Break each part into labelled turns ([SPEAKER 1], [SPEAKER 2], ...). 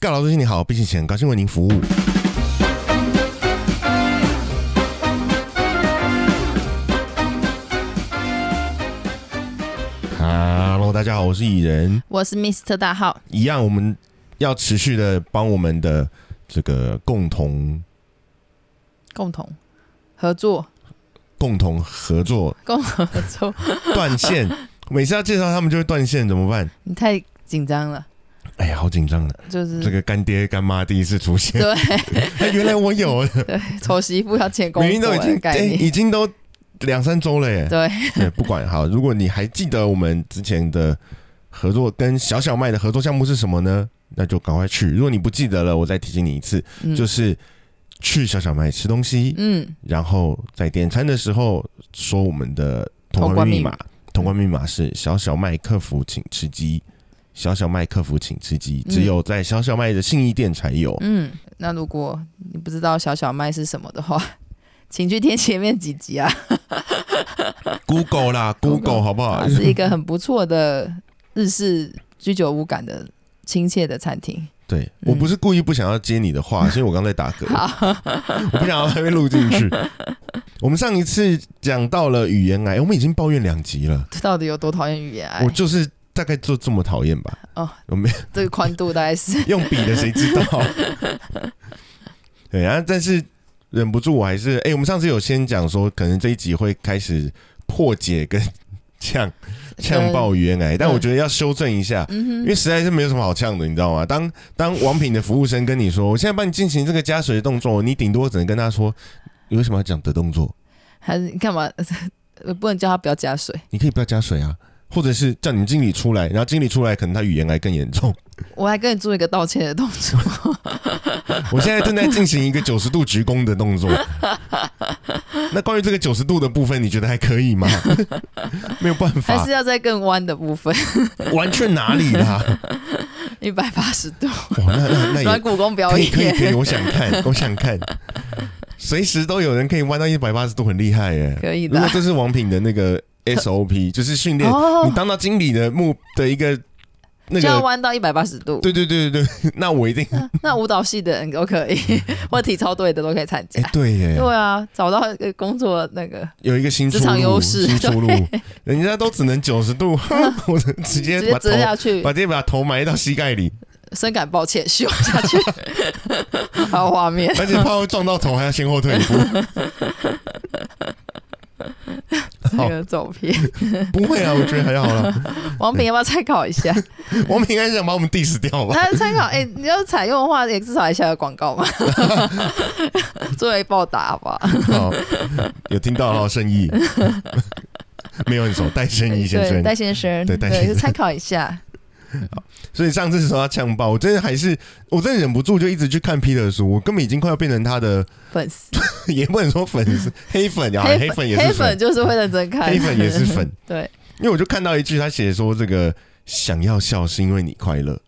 [SPEAKER 1] 盖老师，新年好，并且很高兴为您服务。Hello，大家好，我是蚁人。
[SPEAKER 2] 我是 Mr 大号，
[SPEAKER 1] 一样，我们要持续的帮我们的这个共同
[SPEAKER 2] 共同合作，
[SPEAKER 1] 共同合作
[SPEAKER 2] 共同合作，
[SPEAKER 1] 断 线。每次要介绍他们就会断线，怎么办？
[SPEAKER 2] 你太紧张了，
[SPEAKER 1] 哎呀，好紧张的。
[SPEAKER 2] 就是、
[SPEAKER 1] 这个干爹干妈第一次出现，哎，原来我 有，
[SPEAKER 2] 对 丑媳妇要见功
[SPEAKER 1] 明明
[SPEAKER 2] 夫
[SPEAKER 1] 都已经
[SPEAKER 2] 的
[SPEAKER 1] 哎
[SPEAKER 2] 概念，
[SPEAKER 1] 已经都两三周了耶。
[SPEAKER 2] 对，
[SPEAKER 1] 对，不管好，如果你还记得我们之前的合作跟小小麦的合作项目是什么呢？那就赶快去。如果你不记得了，我再提醒你一次，
[SPEAKER 2] 嗯
[SPEAKER 1] 就是去小小麦吃东西，
[SPEAKER 2] 嗯，
[SPEAKER 1] 然后在点餐的时候说我们的通
[SPEAKER 2] 通
[SPEAKER 1] 关
[SPEAKER 2] 关
[SPEAKER 1] 密
[SPEAKER 2] 密
[SPEAKER 1] 码
[SPEAKER 2] 码，
[SPEAKER 1] 通关密码是小小麦客服请吃鸡。小小麦客服请吃鸡，只
[SPEAKER 2] 嗯
[SPEAKER 1] 有在小小麦的信义店才有。
[SPEAKER 2] 嗯，那如果你不知道小小麦是什么的话， 请去听前面几集啊，
[SPEAKER 1] Google 啦
[SPEAKER 2] Google 啊
[SPEAKER 1] ，Google 好不 好？
[SPEAKER 2] 是一个很不错的日式居酒屋感的亲切的餐厅。
[SPEAKER 1] 对我不是故意不想要接你的话，所以我刚在打嗝， 我不想要被录进去。我们上一次讲到了语言癌，我们已经抱怨两集了，
[SPEAKER 2] 到底有多讨厌语言癌
[SPEAKER 1] 我？就是大概就这么讨厌吧。
[SPEAKER 2] 哦，
[SPEAKER 1] 我没
[SPEAKER 2] 这个宽度大概是
[SPEAKER 1] 用笔的，谁知道？对，然啊后但是忍不住我还是，哎、我们上次有先讲说，可能这一集会开始破解跟呛呛爆语言癌，但我觉得要修正一下，
[SPEAKER 2] 嗯
[SPEAKER 1] 因为实在是没有什么好呛的，你知道吗？当当王品的服务生跟你说，我现在帮你进行这个加水的动作，你顶多只能跟他说，你为什么要讲的动作？
[SPEAKER 2] 还是你干嘛？ 不能叫他不要加水。
[SPEAKER 1] 你可以不要加水啊。或者是叫你们经理出来，然后经理出来，可能他语言癌更严重。
[SPEAKER 2] 我还跟你做一个道歉的动作，
[SPEAKER 1] 我现在正在进行一个九十度鞠躬的动作。那关于这个九十度的部分，你觉得还可以吗？ 没有办
[SPEAKER 2] 还
[SPEAKER 1] 法
[SPEAKER 2] 是，要在更弯的部 分，
[SPEAKER 1] 完全哪里啦？
[SPEAKER 2] 一百八十度
[SPEAKER 1] 哇，那那那
[SPEAKER 2] 软
[SPEAKER 1] 也
[SPEAKER 2] 骨功表
[SPEAKER 1] 可以，可以，
[SPEAKER 2] 演。
[SPEAKER 1] 可以，我想看，我想看，随时都有人可以弯到一百八十度，很厉害耶！
[SPEAKER 2] 可以
[SPEAKER 1] 如
[SPEAKER 2] 的
[SPEAKER 1] 果，这是王品的那个 SOP，就是训练
[SPEAKER 2] 哦
[SPEAKER 1] 你当到经理的目的一个那
[SPEAKER 2] 就
[SPEAKER 1] 个。
[SPEAKER 2] 要弯到一百八十度。
[SPEAKER 1] 对对对对 对，那我一 定
[SPEAKER 2] 那 那舞蹈系的人都可以，或体操队的都可以参加
[SPEAKER 1] 嗯哎、。对耶，
[SPEAKER 2] 对啊，找到一个工作那个
[SPEAKER 1] 有一个新出
[SPEAKER 2] 职
[SPEAKER 1] 路，
[SPEAKER 2] 场优势
[SPEAKER 1] 新 出路，人家都只能九十度， 我直接
[SPEAKER 2] 直接
[SPEAKER 1] 哎把头
[SPEAKER 2] 折下去，
[SPEAKER 1] 把直接把头埋到膝盖里，
[SPEAKER 2] 深感抱歉，咻下 去，还有画面。
[SPEAKER 1] 而且怕会撞到头，还要先后退 一步。好
[SPEAKER 2] 那个照片，
[SPEAKER 1] 不会啊，我觉得还好 啦。
[SPEAKER 2] 王平要不要参考一下？
[SPEAKER 1] 王平应该想把我们 diss 掉 吧？
[SPEAKER 2] 他参考，哎、你要采用的话，也至少一下有广 告嘛，作为报答吧。
[SPEAKER 1] 好，哦有听到了圣意， 没有很熟，戴圣意先
[SPEAKER 2] 对，
[SPEAKER 1] 生。
[SPEAKER 2] 戴先生，
[SPEAKER 1] 对戴先生
[SPEAKER 2] 就参考一下。
[SPEAKER 1] 所以上次说他呛爆，我真的还是我真的忍不住就一直去看 Peter 的书，我根本已经快要变成他的，
[SPEAKER 2] 粉丝，
[SPEAKER 1] 也不能说粉丝，黑粉呀，啊黑粉也
[SPEAKER 2] 黑
[SPEAKER 1] 是
[SPEAKER 2] 粉
[SPEAKER 1] 粉，
[SPEAKER 2] 就是会认真看，
[SPEAKER 1] 黑粉也是粉。
[SPEAKER 2] 对，
[SPEAKER 1] 因为我就看到一句，他写说这个想要笑是因为你快乐，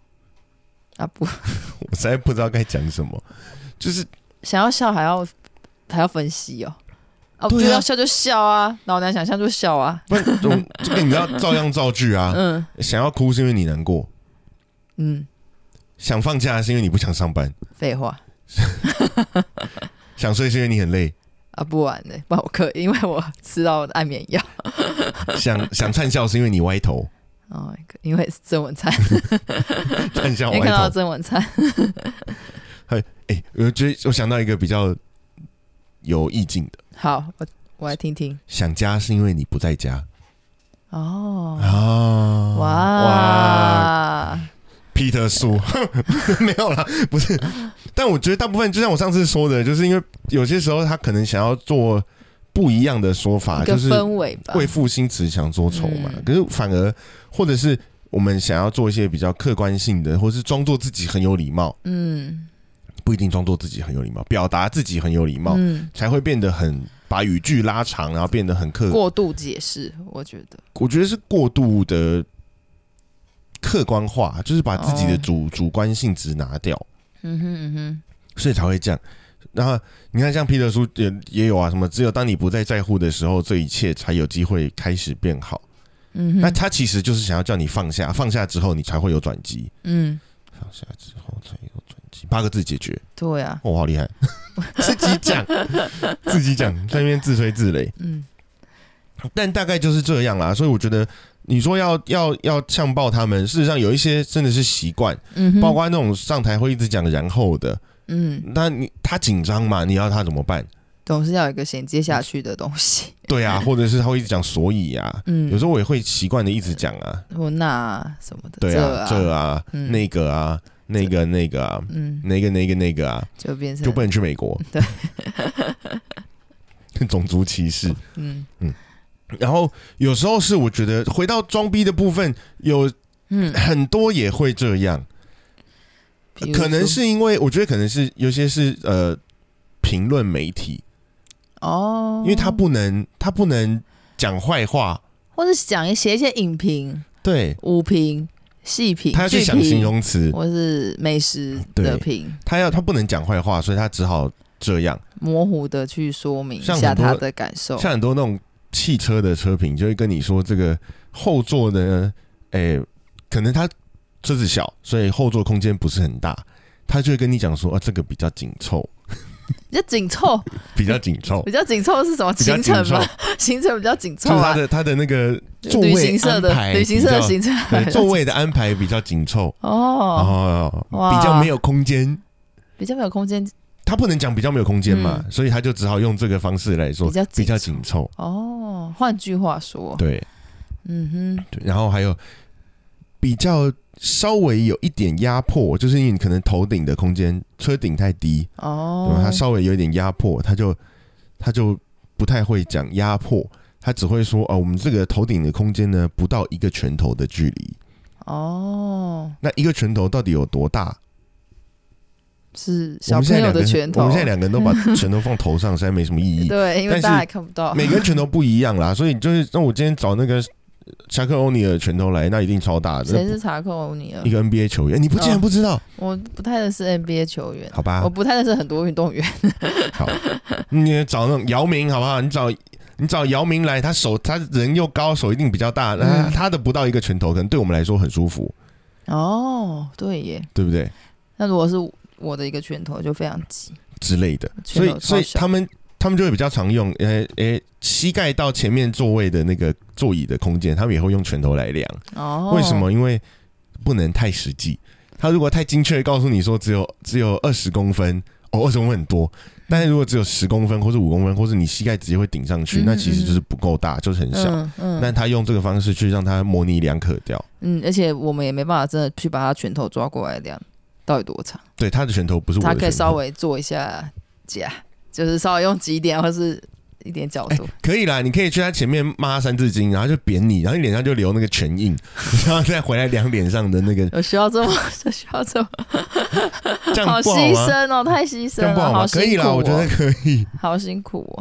[SPEAKER 2] 啊不，
[SPEAKER 1] 我实在不知道该讲什么，就是
[SPEAKER 2] 想要笑还要还要分析哦。哦，
[SPEAKER 1] 对啊
[SPEAKER 2] 不就要笑就笑啊，老难想象就笑啊。
[SPEAKER 1] 不然就这个你要照样造句啊。
[SPEAKER 2] 嗯
[SPEAKER 1] 想要哭是因为你难过，
[SPEAKER 2] 嗯，
[SPEAKER 1] 想放假是因为你不想上班，
[SPEAKER 2] 废话
[SPEAKER 1] 想睡是因为你很累，
[SPEAKER 2] 啊，不玩了，不然我可以，因为我吃到安眠药。
[SPEAKER 1] 想想灿笑是因为你歪头，
[SPEAKER 2] 哦，因为是郑 文灿，
[SPEAKER 1] 灿笑
[SPEAKER 2] 因为
[SPEAKER 1] 歪
[SPEAKER 2] 看到
[SPEAKER 1] 头。
[SPEAKER 2] 郑文灿，
[SPEAKER 1] 哎、我觉得我想到一个比较有意境的，
[SPEAKER 2] 好，我我来听听。
[SPEAKER 1] 想家是因为你不在家
[SPEAKER 2] 哦，
[SPEAKER 1] 啊。
[SPEAKER 2] 哇，
[SPEAKER 1] Peter 树 没有啦，不是。但我觉得大部分就像我上次说的，就是因为有些时候他可能想要做不一样的说法，
[SPEAKER 2] 一个
[SPEAKER 1] 就是
[SPEAKER 2] 氛围吧。
[SPEAKER 1] 为赋新词强说愁嘛。
[SPEAKER 2] 嗯
[SPEAKER 1] 可是反而或者是我们想要做一些比较客观性的，或是装作自己很有礼貌，
[SPEAKER 2] 嗯
[SPEAKER 1] 不一定装作自己很有礼貌，表达自己很有礼貌，
[SPEAKER 2] 嗯，
[SPEAKER 1] 才会变得很把语句拉长，然后变得很客。
[SPEAKER 2] 过度解释，我觉得
[SPEAKER 1] 我觉得是过度的。客观化就是把自己的
[SPEAKER 2] 哦
[SPEAKER 1] 主、主观性质拿掉，
[SPEAKER 2] 嗯哼嗯哼，
[SPEAKER 1] 所以才会这样。然后你看，像彼得叔也也有啊，什么只有当你不再在乎的时候，这一切才有机会开始变好。
[SPEAKER 2] 嗯
[SPEAKER 1] 那
[SPEAKER 2] 哼，
[SPEAKER 1] 他其实就是想要叫你放下，放下之后你才会有转机，
[SPEAKER 2] 嗯，
[SPEAKER 1] 放下之后才有转八个字解决，
[SPEAKER 2] 对啊，
[SPEAKER 1] 哦，好厉 害，自己讲，自己讲，在那边自吹自擂，
[SPEAKER 2] 嗯，
[SPEAKER 1] 但大概就是这样啦。所以我觉得，你说要要要呛爆他们，事实上有一些真的是习惯，
[SPEAKER 2] 嗯哼，
[SPEAKER 1] 包括那种上台会一直讲然后的，
[SPEAKER 2] 嗯，
[SPEAKER 1] 那你他紧张嘛，你要他怎么办？
[SPEAKER 2] 总是要有一个衔接下去的东西。
[SPEAKER 1] 对啊，或者是他会一直讲所以啊，
[SPEAKER 2] 嗯，
[SPEAKER 1] 有时候我也会习惯的一直讲啊，
[SPEAKER 2] 我那啊什么的，
[SPEAKER 1] 对啊，
[SPEAKER 2] 这
[SPEAKER 1] 这啊，
[SPEAKER 2] 嗯
[SPEAKER 1] 那个啊，那个那个啊，
[SPEAKER 2] 嗯，
[SPEAKER 1] 那个那个那个啊，
[SPEAKER 2] 就变成
[SPEAKER 1] 就不能去美 国。对， 种族歧视。
[SPEAKER 2] 嗯
[SPEAKER 1] 然后有时候是我觉得回到装逼的部分，有
[SPEAKER 2] 嗯，
[SPEAKER 1] 很多也会这样，
[SPEAKER 2] 比如
[SPEAKER 1] 可能
[SPEAKER 2] 说
[SPEAKER 1] 是因为我觉得可能是有些是呃评论媒体，
[SPEAKER 2] 哦，
[SPEAKER 1] 因为他不能他不能讲坏话，
[SPEAKER 2] 或者讲一写一些影评、
[SPEAKER 1] 对
[SPEAKER 2] 五评、细评、
[SPEAKER 1] 他要去
[SPEAKER 2] 剧
[SPEAKER 1] 想形
[SPEAKER 2] 评，
[SPEAKER 1] 容词，
[SPEAKER 2] 或是美食的评，
[SPEAKER 1] 他要他不能讲坏话，所以他只好这样。
[SPEAKER 2] 模糊的去说明一
[SPEAKER 1] 像
[SPEAKER 2] 下
[SPEAKER 1] 很多
[SPEAKER 2] 他的感受。
[SPEAKER 1] 像很多那种汽车的车评就会跟你说，这个后座的，诶、可能它车子小，所以后座空间不是很大，他就会跟你讲说，啊，这个比较紧凑，
[SPEAKER 2] 比较紧 凑，
[SPEAKER 1] 比较紧凑
[SPEAKER 2] 比，较紧凑是什么
[SPEAKER 1] 比较
[SPEAKER 2] 行
[SPEAKER 1] 紧
[SPEAKER 2] 程
[SPEAKER 1] 凑
[SPEAKER 2] 吗？，行程比较紧
[SPEAKER 1] 就
[SPEAKER 2] 凑
[SPEAKER 1] 是它
[SPEAKER 2] 啊。
[SPEAKER 1] 的它的那个座
[SPEAKER 2] 旅
[SPEAKER 1] 位
[SPEAKER 2] 行社
[SPEAKER 1] 安
[SPEAKER 2] 的
[SPEAKER 1] 排
[SPEAKER 2] 旅行社的
[SPEAKER 1] 比
[SPEAKER 2] 行程
[SPEAKER 1] 较，对座位的安排比较紧凑，
[SPEAKER 2] 哦，
[SPEAKER 1] 哦，
[SPEAKER 2] 哇
[SPEAKER 1] 比较没有空间。
[SPEAKER 2] 比较没有空间，
[SPEAKER 1] 他不能讲比较没有空间嘛，
[SPEAKER 2] 嗯
[SPEAKER 1] 所以他就只好用这个方式来说
[SPEAKER 2] 比较
[SPEAKER 1] 比
[SPEAKER 2] 紧
[SPEAKER 1] 较紧凑。
[SPEAKER 2] 哦，换句话说，
[SPEAKER 1] 对，
[SPEAKER 2] 嗯哼，
[SPEAKER 1] 对，然后还有比较稍微有一点压迫，就是因为你可能头顶的空间车顶太低，对吧？
[SPEAKER 2] 哦
[SPEAKER 1] 它，稍微有一点压迫，它就它就不太会讲压迫，它只会说哦，我们这个头顶的空间呢不到一个拳头的距离。
[SPEAKER 2] 哦，
[SPEAKER 1] 那一个拳头到底有多大？
[SPEAKER 2] 是
[SPEAKER 1] 我
[SPEAKER 2] 小
[SPEAKER 1] 们现
[SPEAKER 2] 朋
[SPEAKER 1] 在
[SPEAKER 2] 友
[SPEAKER 1] 两个
[SPEAKER 2] 的
[SPEAKER 1] 人
[SPEAKER 2] 拳头，
[SPEAKER 1] 我们现在两个人都把拳头放头上，实在没什么 意义。
[SPEAKER 2] 对，因为
[SPEAKER 1] 但是
[SPEAKER 2] 大家也看不 到，
[SPEAKER 1] 每个人拳头不一样啦，所以就是那我今天找那个侠客欧尼尔拳头来，那一定超大
[SPEAKER 2] 谁
[SPEAKER 1] 的。
[SPEAKER 2] 是查克欧尼尔
[SPEAKER 1] 一？个 NBA 球员，你不竟然
[SPEAKER 2] 哦
[SPEAKER 1] 不知道？
[SPEAKER 2] 我不太认识 NBA 球员，
[SPEAKER 1] 好吧，
[SPEAKER 2] 我不太认识很多运动员。
[SPEAKER 1] 好，你也找那种姚明好不好？你找你找姚明来，他手他人又高，手一定比较大，那、
[SPEAKER 2] 嗯
[SPEAKER 1] 他的不到一个拳头，可能对我们来说很舒服，
[SPEAKER 2] 哦，对耶，
[SPEAKER 1] 对不对？
[SPEAKER 2] 那如果是我的一个拳头就非常挤，
[SPEAKER 1] 之类的，所
[SPEAKER 2] 拳
[SPEAKER 1] 以
[SPEAKER 2] 头
[SPEAKER 1] 所
[SPEAKER 2] 超
[SPEAKER 1] 以
[SPEAKER 2] 小
[SPEAKER 1] 他们他们就会比较常用，呃呃，膝盖到前面座位的那个座椅的空间，他们也会用拳头来量。
[SPEAKER 2] 哦，
[SPEAKER 1] 为什？么？因为不能太实际。他如果太精确地告诉你说只有只有二十公分，哦，二十公分很多，但是如果只有十公分或者五公分，或者你膝盖直接会顶上去，
[SPEAKER 2] 嗯
[SPEAKER 1] 那其实
[SPEAKER 2] 嗯
[SPEAKER 1] 就是不够大，就是很小。
[SPEAKER 2] 嗯
[SPEAKER 1] 但
[SPEAKER 2] 嗯
[SPEAKER 1] 他用这个方式去让他模棱两可掉。
[SPEAKER 2] 嗯，而且我们也没办法真的去把他拳头抓过来量到底多长，
[SPEAKER 1] 对，他的拳头不是我的
[SPEAKER 2] 他
[SPEAKER 1] 拳头，
[SPEAKER 2] 可以稍微做一下假，就是稍微用几点或是一点角度，
[SPEAKER 1] 可以啦，你可以去他前面骂他三字经，然后就扁你，然后你脸上就留那个拳印，然后再回来量脸上的那个，
[SPEAKER 2] 有需要这么 有需要这么
[SPEAKER 1] 这
[SPEAKER 2] 好
[SPEAKER 1] 样不好
[SPEAKER 2] 牺
[SPEAKER 1] 吗？
[SPEAKER 2] 牲哦，太牺
[SPEAKER 1] 这
[SPEAKER 2] 牲
[SPEAKER 1] 样不
[SPEAKER 2] 了，
[SPEAKER 1] 好
[SPEAKER 2] 好
[SPEAKER 1] 吗？可以
[SPEAKER 2] 辛苦
[SPEAKER 1] 啦，
[SPEAKER 2] 哦，
[SPEAKER 1] 我觉得可以
[SPEAKER 2] 好辛苦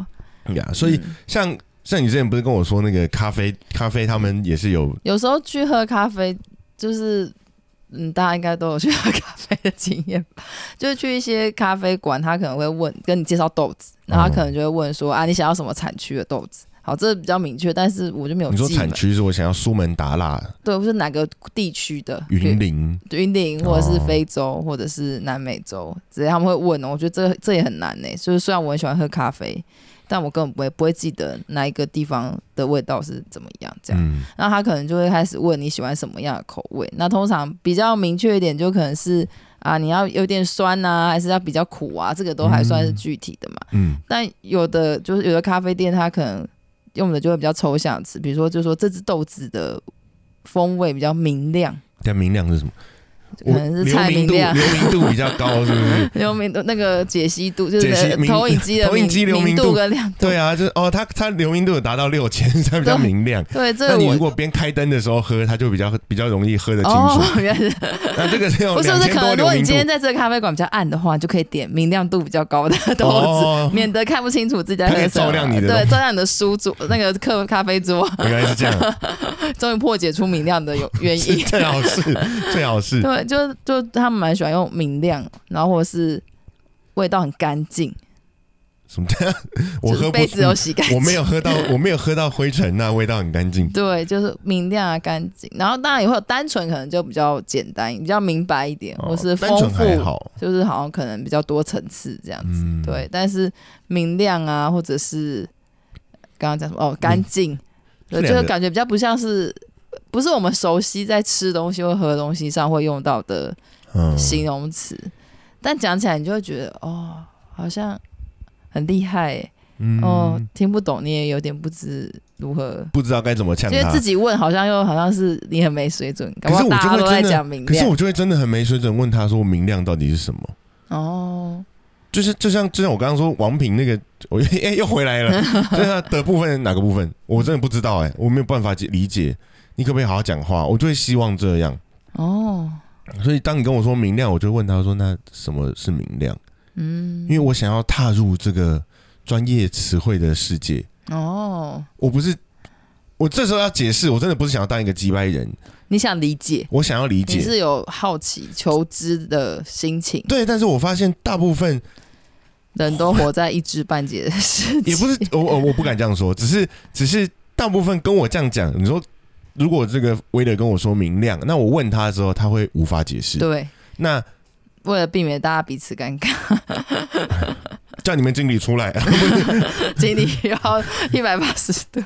[SPEAKER 2] 哦。
[SPEAKER 1] 呀。所以
[SPEAKER 2] 嗯
[SPEAKER 1] 像像你之前不是跟我说那个咖啡，咖啡他们也是有
[SPEAKER 2] 有时候去喝咖啡，就是嗯，大家应该都有去喝咖啡的经验吧，就是去一些咖啡馆，他可能会问跟你介绍豆子，然后他可能就会问说、啊，你想要什么产区的豆子？好，这比较明确，但是我就没有
[SPEAKER 1] 你说
[SPEAKER 2] 记嘛
[SPEAKER 1] 产。区是我想要苏门答腊、
[SPEAKER 2] 对，或是哪个地区的
[SPEAKER 1] 云林，
[SPEAKER 2] 对云林，或者是
[SPEAKER 1] 哦
[SPEAKER 2] 非洲，或者是南美洲，只是他们会问哦。我觉得这这也很难呢、就是虽然我很喜欢喝咖啡，但我根本不会不会记得哪一个地方的味道是怎么样这样。
[SPEAKER 1] 嗯，
[SPEAKER 2] 那他可能就会开始问你喜欢什么样的口味。那通常比较明确一点，就可能是啊，你要有点酸呐、还是要比较苦啊，这个都还算是具体的嘛。
[SPEAKER 1] 嗯，
[SPEAKER 2] 但有的就是有的咖啡店，它可能用的就会比较抽象词，比如说就说这只豆子的风味比较明亮，
[SPEAKER 1] 但明亮是什么？
[SPEAKER 2] 可能
[SPEAKER 1] 我
[SPEAKER 2] 是
[SPEAKER 1] 流
[SPEAKER 2] 蔡
[SPEAKER 1] 明
[SPEAKER 2] 明
[SPEAKER 1] 度
[SPEAKER 2] 亮。
[SPEAKER 1] 流明度比较高，是不 是？
[SPEAKER 2] 流明度那个解析度就
[SPEAKER 1] 解析
[SPEAKER 2] 是
[SPEAKER 1] 明
[SPEAKER 2] 投影机的
[SPEAKER 1] 投影机流明
[SPEAKER 2] 明
[SPEAKER 1] 度
[SPEAKER 2] 跟亮度，
[SPEAKER 1] 对啊，就是哦，它它流明度有达到六千，才比较明亮。
[SPEAKER 2] 对，这
[SPEAKER 1] 那
[SPEAKER 2] 个
[SPEAKER 1] 你
[SPEAKER 2] 我
[SPEAKER 1] 如果边开灯的时候喝，它就比较比较容易喝得清
[SPEAKER 2] 哦
[SPEAKER 1] 楚。，
[SPEAKER 2] 原来是
[SPEAKER 1] 那这个是 有
[SPEAKER 2] 不是
[SPEAKER 1] 两
[SPEAKER 2] 不是，
[SPEAKER 1] 千
[SPEAKER 2] 可
[SPEAKER 1] 多
[SPEAKER 2] 能如
[SPEAKER 1] 流
[SPEAKER 2] 果你
[SPEAKER 1] 明
[SPEAKER 2] 今天
[SPEAKER 1] 度。
[SPEAKER 2] 在这个咖啡馆比较暗的话，就可以点明亮度比较高的豆子，
[SPEAKER 1] 哦，
[SPEAKER 2] 免得看不清楚自己在喝
[SPEAKER 1] 它可以
[SPEAKER 2] 什么。
[SPEAKER 1] 照亮你的东
[SPEAKER 2] 对，
[SPEAKER 1] 西
[SPEAKER 2] 照亮你的书桌，那个客咖啡桌，
[SPEAKER 1] 原来是这样，
[SPEAKER 2] 终于破解出明亮的有原
[SPEAKER 1] 是
[SPEAKER 2] 因。
[SPEAKER 1] 最好是最好是
[SPEAKER 2] 对，就就他们蛮喜欢用明亮，然后或是味道很干净，
[SPEAKER 1] 什么？我
[SPEAKER 2] 就是
[SPEAKER 1] 喝不嗯
[SPEAKER 2] 杯子有洗干净，
[SPEAKER 1] 我没有喝到，我没有喝到灰尘，那味道很干净。
[SPEAKER 2] 对，就是明亮啊，干净。然后当然也会有单纯，可能就比较简单，比较明白一点，
[SPEAKER 1] 哦
[SPEAKER 2] 或是
[SPEAKER 1] 单
[SPEAKER 2] 丰
[SPEAKER 1] 纯
[SPEAKER 2] 富
[SPEAKER 1] 还，好，
[SPEAKER 2] 就是好像可能比较多层次这样子。
[SPEAKER 1] 嗯，
[SPEAKER 2] 对，但是明亮啊，或者是刚刚讲什么哦，干净，
[SPEAKER 1] 嗯这
[SPEAKER 2] 对，就
[SPEAKER 1] 两
[SPEAKER 2] 是
[SPEAKER 1] 个
[SPEAKER 2] 感觉比较不像是。不是我们熟悉在吃东西或喝东西上会用到的
[SPEAKER 1] 嗯，
[SPEAKER 2] 形容词，但讲起来你就会觉得哦，好像很厉害欸、
[SPEAKER 1] 嗯
[SPEAKER 2] 哦，，听不懂你也有点不知如何
[SPEAKER 1] 不知道该怎么呛
[SPEAKER 2] 因为
[SPEAKER 1] 他
[SPEAKER 2] 自。己问好像又好像是你很没水准，搞
[SPEAKER 1] 可
[SPEAKER 2] 不
[SPEAKER 1] 是我就
[SPEAKER 2] 好大家
[SPEAKER 1] 会
[SPEAKER 2] 都在
[SPEAKER 1] 真的
[SPEAKER 2] 讲明
[SPEAKER 1] 可是
[SPEAKER 2] 亮
[SPEAKER 1] 我就会真的很没水准，问他说明亮到底是什么？
[SPEAKER 2] 哦，
[SPEAKER 1] 就是就像就像我刚刚说王平那个， 我又、哎又回来了， 就是他的部分哪个部分，我真的不知道哎、我没有办法解理解。你可不可以好好讲话？我就会希望这样。
[SPEAKER 2] 哦，
[SPEAKER 1] 所以当你跟我说明亮，我就问他说：“那什么是明亮？”
[SPEAKER 2] 嗯，
[SPEAKER 1] 因为我想要踏入这个专业词汇的世界，
[SPEAKER 2] 哦，
[SPEAKER 1] 我不是我这时候要解释，我真的不是想要当一个鸡掰人，
[SPEAKER 2] 你想理解，
[SPEAKER 1] 我想要理
[SPEAKER 2] 你
[SPEAKER 1] 解。
[SPEAKER 2] 是有好奇求知的心情，
[SPEAKER 1] 对，但是我发现大部 分
[SPEAKER 2] 人都活在一知半解的世界，
[SPEAKER 1] 也不是我我我不敢这样说，只是只是大部分跟我这样讲，你说如果这个威德跟我说明亮，那我问他的时候，他会无法解释。
[SPEAKER 2] 对，
[SPEAKER 1] 那
[SPEAKER 2] 为了避免大家彼此 尴尬，
[SPEAKER 1] 叫你们经理出来，
[SPEAKER 2] 经理要一百八十度，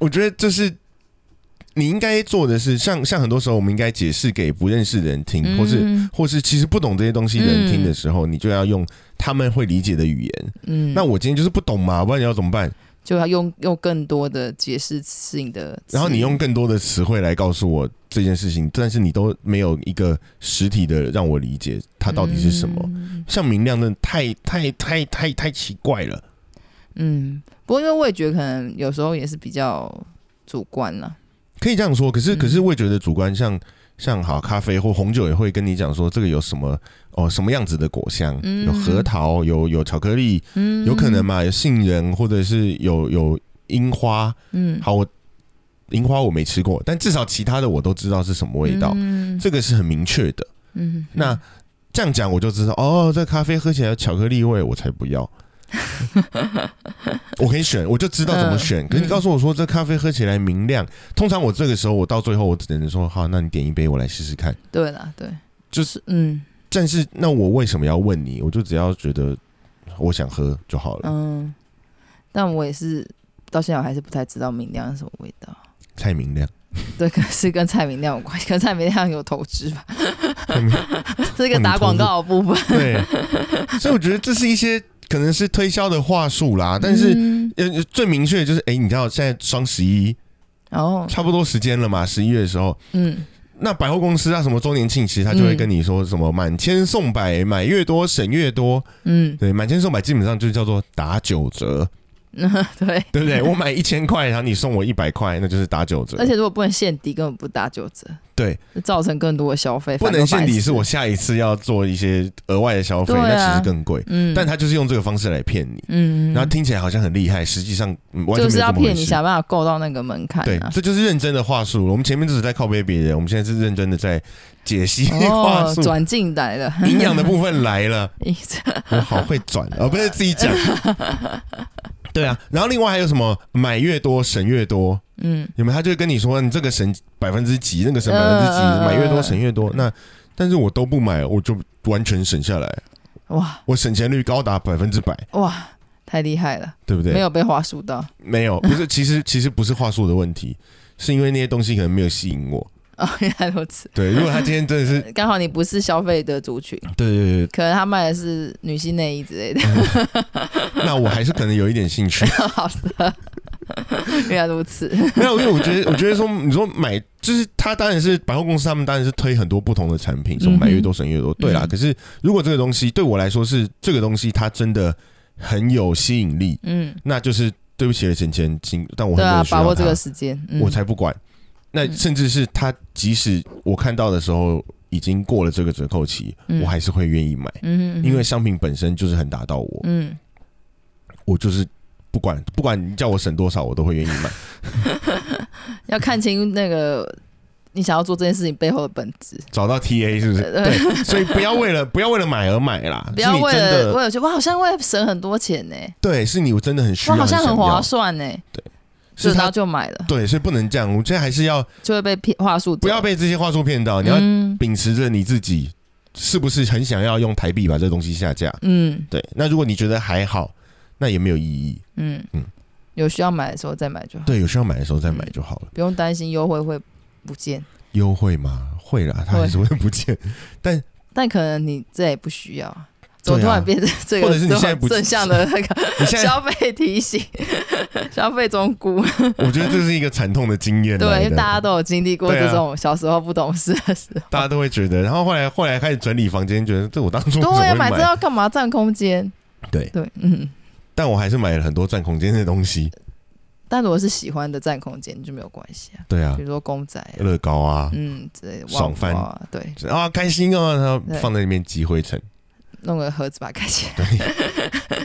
[SPEAKER 1] 我觉得这是你应该做的是，像像很多时候我们应该解释给不认识的人听， 或是
[SPEAKER 2] 嗯
[SPEAKER 1] 或是其实不懂这些东西的人听的时候，你就要用他们会理解的语言。
[SPEAKER 2] 嗯，
[SPEAKER 1] 那我今天就是不懂嘛，不然你要怎么办？
[SPEAKER 2] 就要用用更多的解释性的词语，
[SPEAKER 1] 然后你用更多的词汇来告诉我这件事情，但是你都没有一个实体的让我理解它到底是什么。
[SPEAKER 2] 嗯
[SPEAKER 1] 像明亮真的太太太太太奇怪了，
[SPEAKER 2] 嗯，不过因为味觉可能有时候也是比较主观了。
[SPEAKER 1] 可以这样说。可是
[SPEAKER 2] 嗯
[SPEAKER 1] 可是味觉的主观像。像好咖啡或红酒也会跟你讲说这个有什么哦什么样子的果香，
[SPEAKER 2] 嗯
[SPEAKER 1] 有核桃，有有巧克力，
[SPEAKER 2] 嗯
[SPEAKER 1] 有可能，嘛，有杏仁或者是有有樱花。
[SPEAKER 2] 嗯，
[SPEAKER 1] 好，我樱花我没吃过，但至少其他的我都知道是什么味道，
[SPEAKER 2] 嗯
[SPEAKER 1] 这个是很明确的。
[SPEAKER 2] 嗯，
[SPEAKER 1] 那这样讲我就知道，哦，这咖啡喝起来有巧克力味，我才不 要。我可以选，我就知道怎么选。
[SPEAKER 2] 嗯
[SPEAKER 1] 可是你告诉我说这咖啡喝起来明亮，通常我这个时候我到最后我只能说好，那你点一杯我来试试看。
[SPEAKER 2] 对啦，对，
[SPEAKER 1] 就是，
[SPEAKER 2] 嗯
[SPEAKER 1] 但是那我为什么要问你？我就只要觉得我想喝就好了，
[SPEAKER 2] 嗯，但我也是到现在我还是不太知道明亮是什么味道。
[SPEAKER 1] 太明亮。
[SPEAKER 2] 对，可能是跟蔡明亮有关系，跟蔡明亮有投资吧，
[SPEAKER 1] 哦
[SPEAKER 2] 是一个
[SPEAKER 1] 你
[SPEAKER 2] 打
[SPEAKER 1] 投
[SPEAKER 2] 广
[SPEAKER 1] 资
[SPEAKER 2] 告的部分。
[SPEAKER 1] 对，所以我觉得这是一些可能是推销的话术啦， 但是。
[SPEAKER 2] 嗯
[SPEAKER 1] 呃，最明确的就是，哎、你知道现在双十一
[SPEAKER 2] 哦，
[SPEAKER 1] 差不多时间了嘛？十一月的时候，
[SPEAKER 2] 嗯，
[SPEAKER 1] 那百货公司啊，什么周年庆，其实他就会
[SPEAKER 2] 嗯
[SPEAKER 1] 跟你说什么满千送百，买越多省越多。
[SPEAKER 2] 嗯，
[SPEAKER 1] 对，满千送百基本上就叫做打九折，
[SPEAKER 2] 嗯，对。
[SPEAKER 1] 对不对？我买一千块，然后你送我一百块，那就是打九折。
[SPEAKER 2] 而且如果不能限底，根本不打九折，
[SPEAKER 1] 对，
[SPEAKER 2] 造成更多的消费。
[SPEAKER 1] 不
[SPEAKER 2] 反而
[SPEAKER 1] 能限
[SPEAKER 2] 白
[SPEAKER 1] 底
[SPEAKER 2] 痴
[SPEAKER 1] 是我，下一次要做一些额外的消费，
[SPEAKER 2] 对啊
[SPEAKER 1] 那其实更贵。
[SPEAKER 2] 嗯，
[SPEAKER 1] 但他就是用这个方式来骗你，
[SPEAKER 2] 嗯，嗯，
[SPEAKER 1] 然后听起来好像很厉害，实际上、嗯、完全
[SPEAKER 2] 就
[SPEAKER 1] 没有
[SPEAKER 2] 是
[SPEAKER 1] 这
[SPEAKER 2] 要
[SPEAKER 1] 么回
[SPEAKER 2] 骗你，
[SPEAKER 1] 事。
[SPEAKER 2] 想办法够到那个门槛
[SPEAKER 1] 对
[SPEAKER 2] 啊，。
[SPEAKER 1] 这就是认真的话术了。我们前面只是在靠背别人，我们现在是认真的在解析话
[SPEAKER 2] 哦，
[SPEAKER 1] 术。
[SPEAKER 2] 转进来 了，
[SPEAKER 1] 营养的部分来了，我好会 转，而、不是自己讲。对啊，然后另外还有什么买越多省越多，
[SPEAKER 2] 嗯，
[SPEAKER 1] 有没有？他就会跟你说你这个省百分之几，那个省百分之几，
[SPEAKER 2] 嗯嗯嗯
[SPEAKER 1] 买越多省越多。那但是我都不买，我就完全省下来，
[SPEAKER 2] 哇
[SPEAKER 1] 我省钱率高达百分之百，
[SPEAKER 2] 哇，太厉害了，
[SPEAKER 1] 对不对？
[SPEAKER 2] 没有被话术到，
[SPEAKER 1] 没有，不是，其实其实不是话术的问题，是因为那些东西可能没有吸引我。
[SPEAKER 2] 哦，原来如此。
[SPEAKER 1] 对，如果他今天真 的是，
[SPEAKER 2] 刚好你不是消费的族群，
[SPEAKER 1] 对对对对
[SPEAKER 2] 可能他卖的是女性内衣之类的。
[SPEAKER 1] 那我还是可能有一点兴趣。
[SPEAKER 2] 好的，原来如此。
[SPEAKER 1] 没有，因为我觉得，我觉得说，你说买，就是他当然是百货公司，他们当然是推很多不同的产品，什么
[SPEAKER 2] 嗯哼
[SPEAKER 1] 买越多省越多，对啦。
[SPEAKER 2] 嗯
[SPEAKER 1] 可是如果这个东西对我来说是这个东西，它真的很有吸引力，
[SPEAKER 2] 嗯，
[SPEAKER 1] 那就是对不起了，钱钱，请，但我
[SPEAKER 2] 对
[SPEAKER 1] 很
[SPEAKER 2] 啊
[SPEAKER 1] 多，需
[SPEAKER 2] 把握
[SPEAKER 1] 要
[SPEAKER 2] 这个
[SPEAKER 1] 它，
[SPEAKER 2] 时间。嗯
[SPEAKER 1] 我才不管。那
[SPEAKER 2] 嗯
[SPEAKER 1] 甚至是他，即使我看到的时候已经过了这个折扣期，
[SPEAKER 2] 嗯
[SPEAKER 1] 我还是会愿意买，
[SPEAKER 2] 嗯嗯嗯
[SPEAKER 1] 因为商品本身就是很打到我，
[SPEAKER 2] 嗯，
[SPEAKER 1] 我就是不管不管你叫我省多少，我都会愿意买。
[SPEAKER 2] 要看清那个你想要做这件事情背后的本质。
[SPEAKER 1] 找到 TA 是不是？
[SPEAKER 2] 对
[SPEAKER 1] 对，所以不要为了不要为了买而买 啦，
[SPEAKER 2] 不要
[SPEAKER 1] 是你
[SPEAKER 2] 为
[SPEAKER 1] 啊真
[SPEAKER 2] 了
[SPEAKER 1] 的
[SPEAKER 2] 为了觉得哇，好像会省很多钱呢、
[SPEAKER 1] 对，是你真的很需要，
[SPEAKER 2] 哇，好像很
[SPEAKER 1] 很
[SPEAKER 2] 划，算呢、
[SPEAKER 1] 是
[SPEAKER 2] 就然后
[SPEAKER 1] 他
[SPEAKER 2] 就买了，
[SPEAKER 1] 对，所以不能这样，我觉得还是要
[SPEAKER 2] 就会被骗话术
[SPEAKER 1] 不要
[SPEAKER 2] 被
[SPEAKER 1] 被这些话术骗哦到，你要
[SPEAKER 2] 嗯
[SPEAKER 1] 秉持着你自己是不是很想要用台币把这东西下架，
[SPEAKER 2] 嗯
[SPEAKER 1] 对，那如果你觉得还好，那也没有意义，
[SPEAKER 2] 嗯
[SPEAKER 1] 嗯
[SPEAKER 2] 有需要买的时候再买就好，
[SPEAKER 1] 对，有需要买的时候再买就好了。
[SPEAKER 2] 不用担心优惠会不见。
[SPEAKER 1] 优惠嘛，会啦，它还是会不见，
[SPEAKER 2] 但可能你这也不需要啊，怎
[SPEAKER 1] 对啊
[SPEAKER 2] 么突然变成这个
[SPEAKER 1] 或者是你
[SPEAKER 2] 这么
[SPEAKER 1] 现在不
[SPEAKER 2] 正向的那个
[SPEAKER 1] 你 现在
[SPEAKER 2] 消费提醒、 消费中估？
[SPEAKER 1] 我觉得这是一个惨痛的经验来
[SPEAKER 2] 对，
[SPEAKER 1] 的，
[SPEAKER 2] 因为大家都有经历过
[SPEAKER 1] 对啊
[SPEAKER 2] 这种小时候不懂事的时候。
[SPEAKER 1] 大家都会觉得，然后后来后来开始整理房间，觉得这 我当初怎么
[SPEAKER 2] 对
[SPEAKER 1] 会
[SPEAKER 2] 啊，买这要干嘛？占空间。
[SPEAKER 1] 对
[SPEAKER 2] 对，嗯。
[SPEAKER 1] 但我还是买了很多占空间的东西，
[SPEAKER 2] 但如果是喜欢的占空间就没有关系啊，
[SPEAKER 1] 对啊
[SPEAKER 2] 比，如说公仔、啊，
[SPEAKER 1] 乐高啊，
[SPEAKER 2] 嗯，之类的，
[SPEAKER 1] 爽
[SPEAKER 2] 旺
[SPEAKER 1] 翻
[SPEAKER 2] 娃啊，对，
[SPEAKER 1] 啊开心哦，然
[SPEAKER 2] 对
[SPEAKER 1] 后放在里面积灰尘，
[SPEAKER 2] 弄个盒子把它盖起来。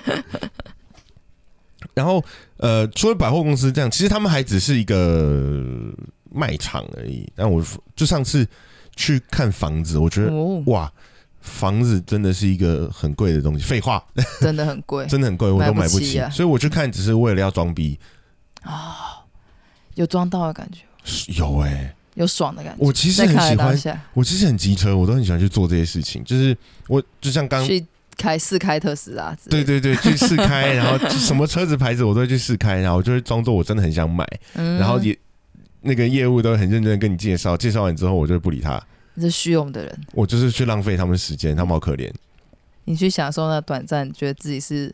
[SPEAKER 1] 对。然后呃，除了百货公司这样，其实他们还只是一个卖场而已。但我就上次去看房子，我觉得、
[SPEAKER 2] 哦，
[SPEAKER 1] 哇，房子真的是一个很贵的东西。废话，
[SPEAKER 2] 真的很贵，
[SPEAKER 1] 真的很贵，我都
[SPEAKER 2] 买
[SPEAKER 1] 哎买
[SPEAKER 2] 不
[SPEAKER 1] 不
[SPEAKER 2] 起
[SPEAKER 1] 起
[SPEAKER 2] 啊。
[SPEAKER 1] 所以我去看只是为了要装逼，
[SPEAKER 2] 有装到的感觉，
[SPEAKER 1] 是有哎、
[SPEAKER 2] 有爽的感觉。
[SPEAKER 1] 我其实
[SPEAKER 2] 在
[SPEAKER 1] 很
[SPEAKER 2] 看
[SPEAKER 1] 喜
[SPEAKER 2] 的当
[SPEAKER 1] 欢，
[SPEAKER 2] 下，
[SPEAKER 1] 我其实很机车，我都很喜欢去做这些事情。就是我就像刚
[SPEAKER 2] 去开试开特斯拉之类
[SPEAKER 1] 对
[SPEAKER 2] 的，
[SPEAKER 1] 对对，去试开，然后什么车子牌子我都会去试开，然后我就会装作我真的很想买，
[SPEAKER 2] 嗯，
[SPEAKER 1] 然后也那个业务都很认真的跟你介绍，介绍完之后我就不理他，
[SPEAKER 2] 你是虚荣的人，
[SPEAKER 1] 我就是去浪费他们时间，他们好可怜。
[SPEAKER 2] 你去享受那短暂，觉得自己是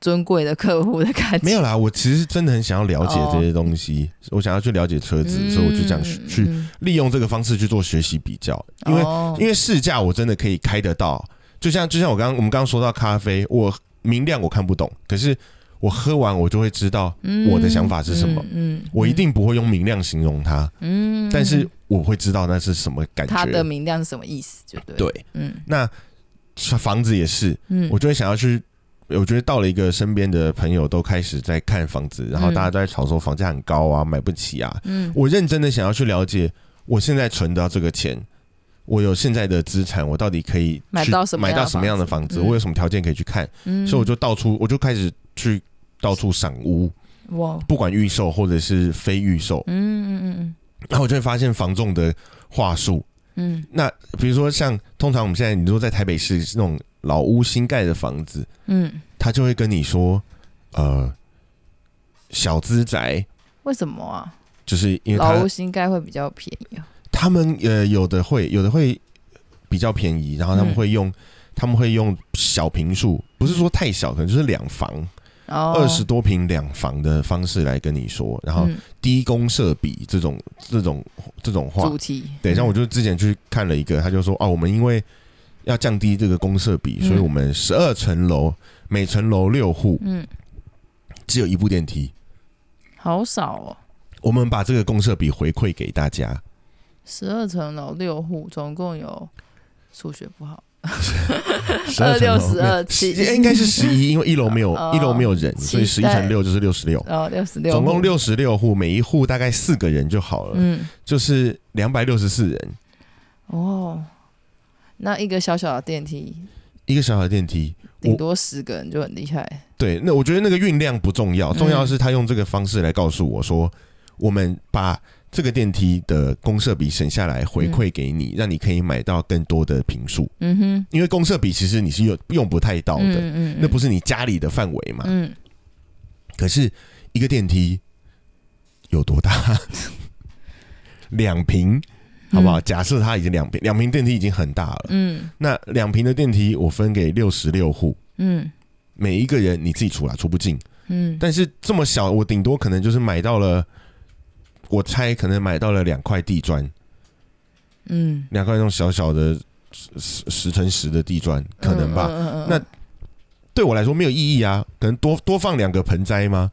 [SPEAKER 2] 尊贵的客户的感觉。
[SPEAKER 1] 没有啦，我其实真的很想要了解
[SPEAKER 2] 哦
[SPEAKER 1] 这些东西，我想要去了解车子，所以我就这样去去
[SPEAKER 2] 嗯，哦
[SPEAKER 1] 利用这个方式去做学习比较，因为因
[SPEAKER 2] 为
[SPEAKER 1] 为试驾我真的可以开得到，就像就像我刚刚我们刚刚说到咖啡，我明亮我看不懂，可是我喝完我就会知道我的想法是什么，
[SPEAKER 2] 嗯，嗯
[SPEAKER 1] 我一，定不会用明亮形容它，
[SPEAKER 2] 嗯，
[SPEAKER 1] 但是我会知道那是什么感
[SPEAKER 2] 它的
[SPEAKER 1] 觉。
[SPEAKER 2] 明亮是什么意思？就对，，
[SPEAKER 1] 对，
[SPEAKER 2] 嗯
[SPEAKER 1] 那房子也是，
[SPEAKER 2] 嗯，
[SPEAKER 1] 我就会想要去。我觉得到了一个身边的朋友都开始在看房子，然后
[SPEAKER 2] 嗯
[SPEAKER 1] 大家都在吵说房价很高啊，买不起啊。
[SPEAKER 2] 嗯
[SPEAKER 1] 我认真的想要去了解，我现在存到这个钱，我有现在的资产，我到底可以去
[SPEAKER 2] 买到什么
[SPEAKER 1] 买
[SPEAKER 2] 样的
[SPEAKER 1] 到什么样的房
[SPEAKER 2] 房子
[SPEAKER 1] 子？
[SPEAKER 2] 嗯
[SPEAKER 1] 我有什么条件可以去看？
[SPEAKER 2] 嗯，
[SPEAKER 1] 所以我就到处，我就开始去到处赏屋，
[SPEAKER 2] 哇，
[SPEAKER 1] 不管预售或者是非预售
[SPEAKER 2] 嗯，嗯嗯
[SPEAKER 1] 然后我就会发现房仲的话术。
[SPEAKER 2] 嗯
[SPEAKER 1] 那比如说像通常我们现在你说在台北市那种老屋新盖的房子，
[SPEAKER 2] 嗯嗯，
[SPEAKER 1] 他就会跟你说，呃，小资宅，
[SPEAKER 2] 为什么啊？
[SPEAKER 1] 就是因为他
[SPEAKER 2] 老屋新盖会比较便宜啊。
[SPEAKER 1] 他们呃有的会有的会比较便宜，然后他们
[SPEAKER 2] 嗯
[SPEAKER 1] 会用、他们会用小平数，不是说太小，可能就是两房
[SPEAKER 2] 哦，
[SPEAKER 1] 二十、20多平两房的方式来跟你说，然后
[SPEAKER 2] 嗯
[SPEAKER 1] 低公设比这种这种这种话
[SPEAKER 2] 主。题，
[SPEAKER 1] 对，像我
[SPEAKER 2] 就
[SPEAKER 1] 就之前去看了一个，他就说哦，我们因为要降低这个公设比，所以
[SPEAKER 2] 嗯
[SPEAKER 1] 我们十二层楼每层楼六户
[SPEAKER 2] 嗯，
[SPEAKER 1] 只有一部电梯，
[SPEAKER 2] 好少哦，
[SPEAKER 1] 我们把这个公设比回馈给大家。
[SPEAKER 2] 十二层楼六户，总共有数学不好
[SPEAKER 1] 十二层楼
[SPEAKER 2] 26 12
[SPEAKER 1] 十
[SPEAKER 2] 七
[SPEAKER 1] 应该是十一，因为一楼没有
[SPEAKER 2] 哦
[SPEAKER 1] 一楼没有人，
[SPEAKER 2] 期待
[SPEAKER 1] 所以十一乘六就是六十六，
[SPEAKER 2] 哦，六十六，
[SPEAKER 1] 总共，六十六户，每一户大概四个人就好了，
[SPEAKER 2] 嗯，
[SPEAKER 1] 就是两百六十四人，
[SPEAKER 2] 哦，那一个小小的电梯，
[SPEAKER 1] 一个小小的电梯。
[SPEAKER 2] 顶多十个人就很厉害，
[SPEAKER 1] 对，那我觉得那个运量不重要，
[SPEAKER 2] 嗯
[SPEAKER 1] 重要的是他用这个方式来告诉我说，我们把这个电梯的公设比省下来回馈给你，让你可以买到更多的平数，
[SPEAKER 2] 嗯哼，
[SPEAKER 1] 因为公设比其实你是用用不太到的，
[SPEAKER 2] 嗯嗯，
[SPEAKER 1] 那不是你家里的范围嘛。
[SPEAKER 2] 嗯，
[SPEAKER 1] 可是一个电梯有多大？ 两平，好不好？假设它已经两平，两平电梯已经很大了。
[SPEAKER 2] 嗯？
[SPEAKER 1] 那两平的电梯，我分给六十六户，
[SPEAKER 2] 嗯
[SPEAKER 1] 每一个人你自己出啦，出不进。
[SPEAKER 2] 嗯嗯，
[SPEAKER 1] 但是这么小，我顶多可能就是买到了，我猜可能买到了两块地砖，
[SPEAKER 2] 嗯，
[SPEAKER 1] 两块那种小小的十十十乘十的地砖，可能吧。
[SPEAKER 2] 嗯，嗯嗯嗯
[SPEAKER 1] 那对我来说没有意义啊，可能多 多放两个盆栽吗？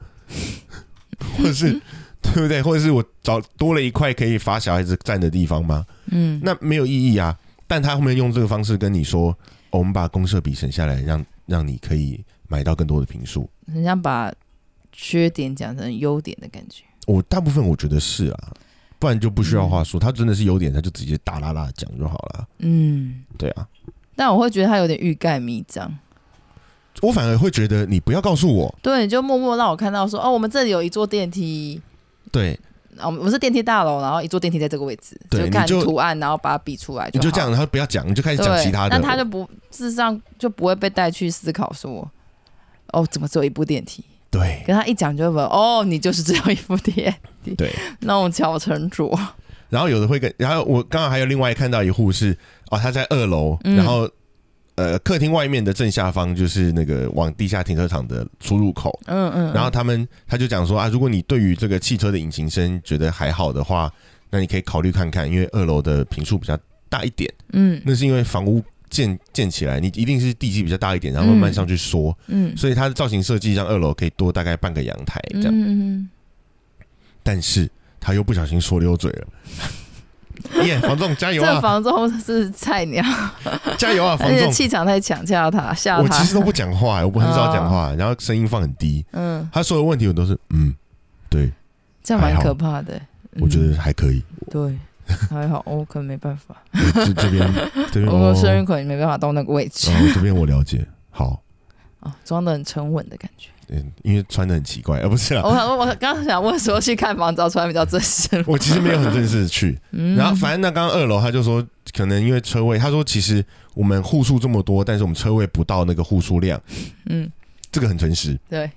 [SPEAKER 1] 或者是 对不对？或者是我找多了一块可以罚小孩子站的地方吗？
[SPEAKER 2] 嗯，
[SPEAKER 1] 那没有意义啊。但他后面用这个方式跟你说，哦我们把公社比省下来，让让你可以买到更多的平数。
[SPEAKER 2] 很想把缺点讲成优点的感觉。
[SPEAKER 1] 我大部分我觉得是啊，不然就不需要话术。他真的是有点，他就直接大啦啦讲就好了。
[SPEAKER 2] 嗯，
[SPEAKER 1] 对啊，
[SPEAKER 2] 但我会觉得他有点欲盖弥彰。
[SPEAKER 1] 我反而会觉得你不要告诉我，
[SPEAKER 2] 对，你就默默让我看到说，哦，我们这里有一座电梯，
[SPEAKER 1] 对，
[SPEAKER 2] 啊，我们我们是电梯大楼，然后一座电梯在这个位置，
[SPEAKER 1] 对
[SPEAKER 2] 看
[SPEAKER 1] 你就
[SPEAKER 2] 图案，然后把它比出来
[SPEAKER 1] 你就
[SPEAKER 2] 好
[SPEAKER 1] 这样，然后不要讲，你就开始
[SPEAKER 2] 对，
[SPEAKER 1] 讲其他的。
[SPEAKER 2] 那他就不事实上就不会被带去思考说，哦，怎么只有一部电梯？
[SPEAKER 1] 对
[SPEAKER 2] 可他一讲就会问，哦，你就是只有一部电梯，
[SPEAKER 1] 对，
[SPEAKER 2] 那种巧成拙，
[SPEAKER 1] 然后有的会跟，然后我刚刚还有另外看到一户是哦，他在二楼，
[SPEAKER 2] 嗯
[SPEAKER 1] 然后呃客厅外面的正下方就是那个往地下停车场的出入口，
[SPEAKER 2] 嗯嗯，
[SPEAKER 1] 然后他们他就讲说啊，如果你对于这个汽车的引擎声觉得还好的话，那你可以考虑看看，因为二楼的平数比较大一点，
[SPEAKER 2] 嗯
[SPEAKER 1] 那是因为房屋建建起来，你一定是地基比较大一点，然后慢慢上去缩，
[SPEAKER 2] 嗯
[SPEAKER 1] 所以它的造型设计让二楼可以多大概半个阳台这
[SPEAKER 2] 嗯
[SPEAKER 1] 样，
[SPEAKER 2] 嗯
[SPEAKER 1] 但是他又不小心说溜嘴了。耶， 房仲加
[SPEAKER 2] 嗯，
[SPEAKER 1] 油
[SPEAKER 2] 这
[SPEAKER 1] 啊！
[SPEAKER 2] 房东是菜鸟，
[SPEAKER 1] 加油啊，
[SPEAKER 2] 而
[SPEAKER 1] 房
[SPEAKER 2] 且
[SPEAKER 1] 仲！
[SPEAKER 2] 气场太强，吓到他，吓到
[SPEAKER 1] 我其
[SPEAKER 2] 他，哦
[SPEAKER 1] 实都不讲话、我不很少讲话，然后声音放很低。
[SPEAKER 2] 嗯，
[SPEAKER 1] 他说的问题我都是嗯，对，
[SPEAKER 2] 这样蛮
[SPEAKER 1] 还好
[SPEAKER 2] 可怕的，
[SPEAKER 1] 我觉
[SPEAKER 2] 嗯
[SPEAKER 1] 得还可以。
[SPEAKER 2] 对。还好，我可能没办法，
[SPEAKER 1] 我这这边这边
[SPEAKER 2] 我
[SPEAKER 1] 哦，
[SPEAKER 2] 生日可能没办法到那个位置
[SPEAKER 1] 然后这边我了解。好，
[SPEAKER 2] 哦，装的很沉稳的感觉。
[SPEAKER 1] 嗯，因为穿的很奇怪，而、不是啦
[SPEAKER 2] 我。我我刚刚想问说去看房子要穿比较正式吗，
[SPEAKER 1] 我其实没有很正式地去，
[SPEAKER 2] 嗯
[SPEAKER 1] 然后反正那刚刚二楼他就说，可能因为车位，他说其实我们户数这么多，但是我们车位不到那个户数量，
[SPEAKER 2] 嗯，
[SPEAKER 1] 这个很诚实。
[SPEAKER 2] 对，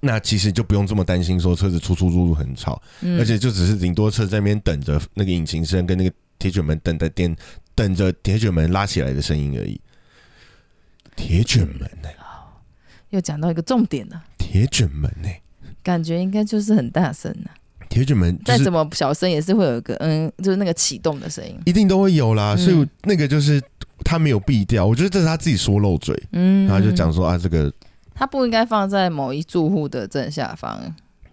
[SPEAKER 1] 那其实就不用这么担心说车子出出入入很吵，
[SPEAKER 2] 嗯
[SPEAKER 1] 而且就只是顶多车在那边等着那个引擎声跟那个铁卷门等待电等着铁卷门拉起来的声音而已。铁卷门呢、
[SPEAKER 2] 又讲到一个重点了，
[SPEAKER 1] 铁卷门呢、
[SPEAKER 2] 感觉应该就是很大声了、
[SPEAKER 1] 铁卷门就
[SPEAKER 2] 再
[SPEAKER 1] 是
[SPEAKER 2] 怎么小声也是会有一个嗯，就是那个启动的声音，
[SPEAKER 1] 一定都会有啦，
[SPEAKER 2] 嗯
[SPEAKER 1] 所以那个就是他没有避掉，我觉得这是他自己说漏嘴，
[SPEAKER 2] 嗯，
[SPEAKER 1] 然后就讲说啊，这个
[SPEAKER 2] 他不应该放在某一住户的正下方，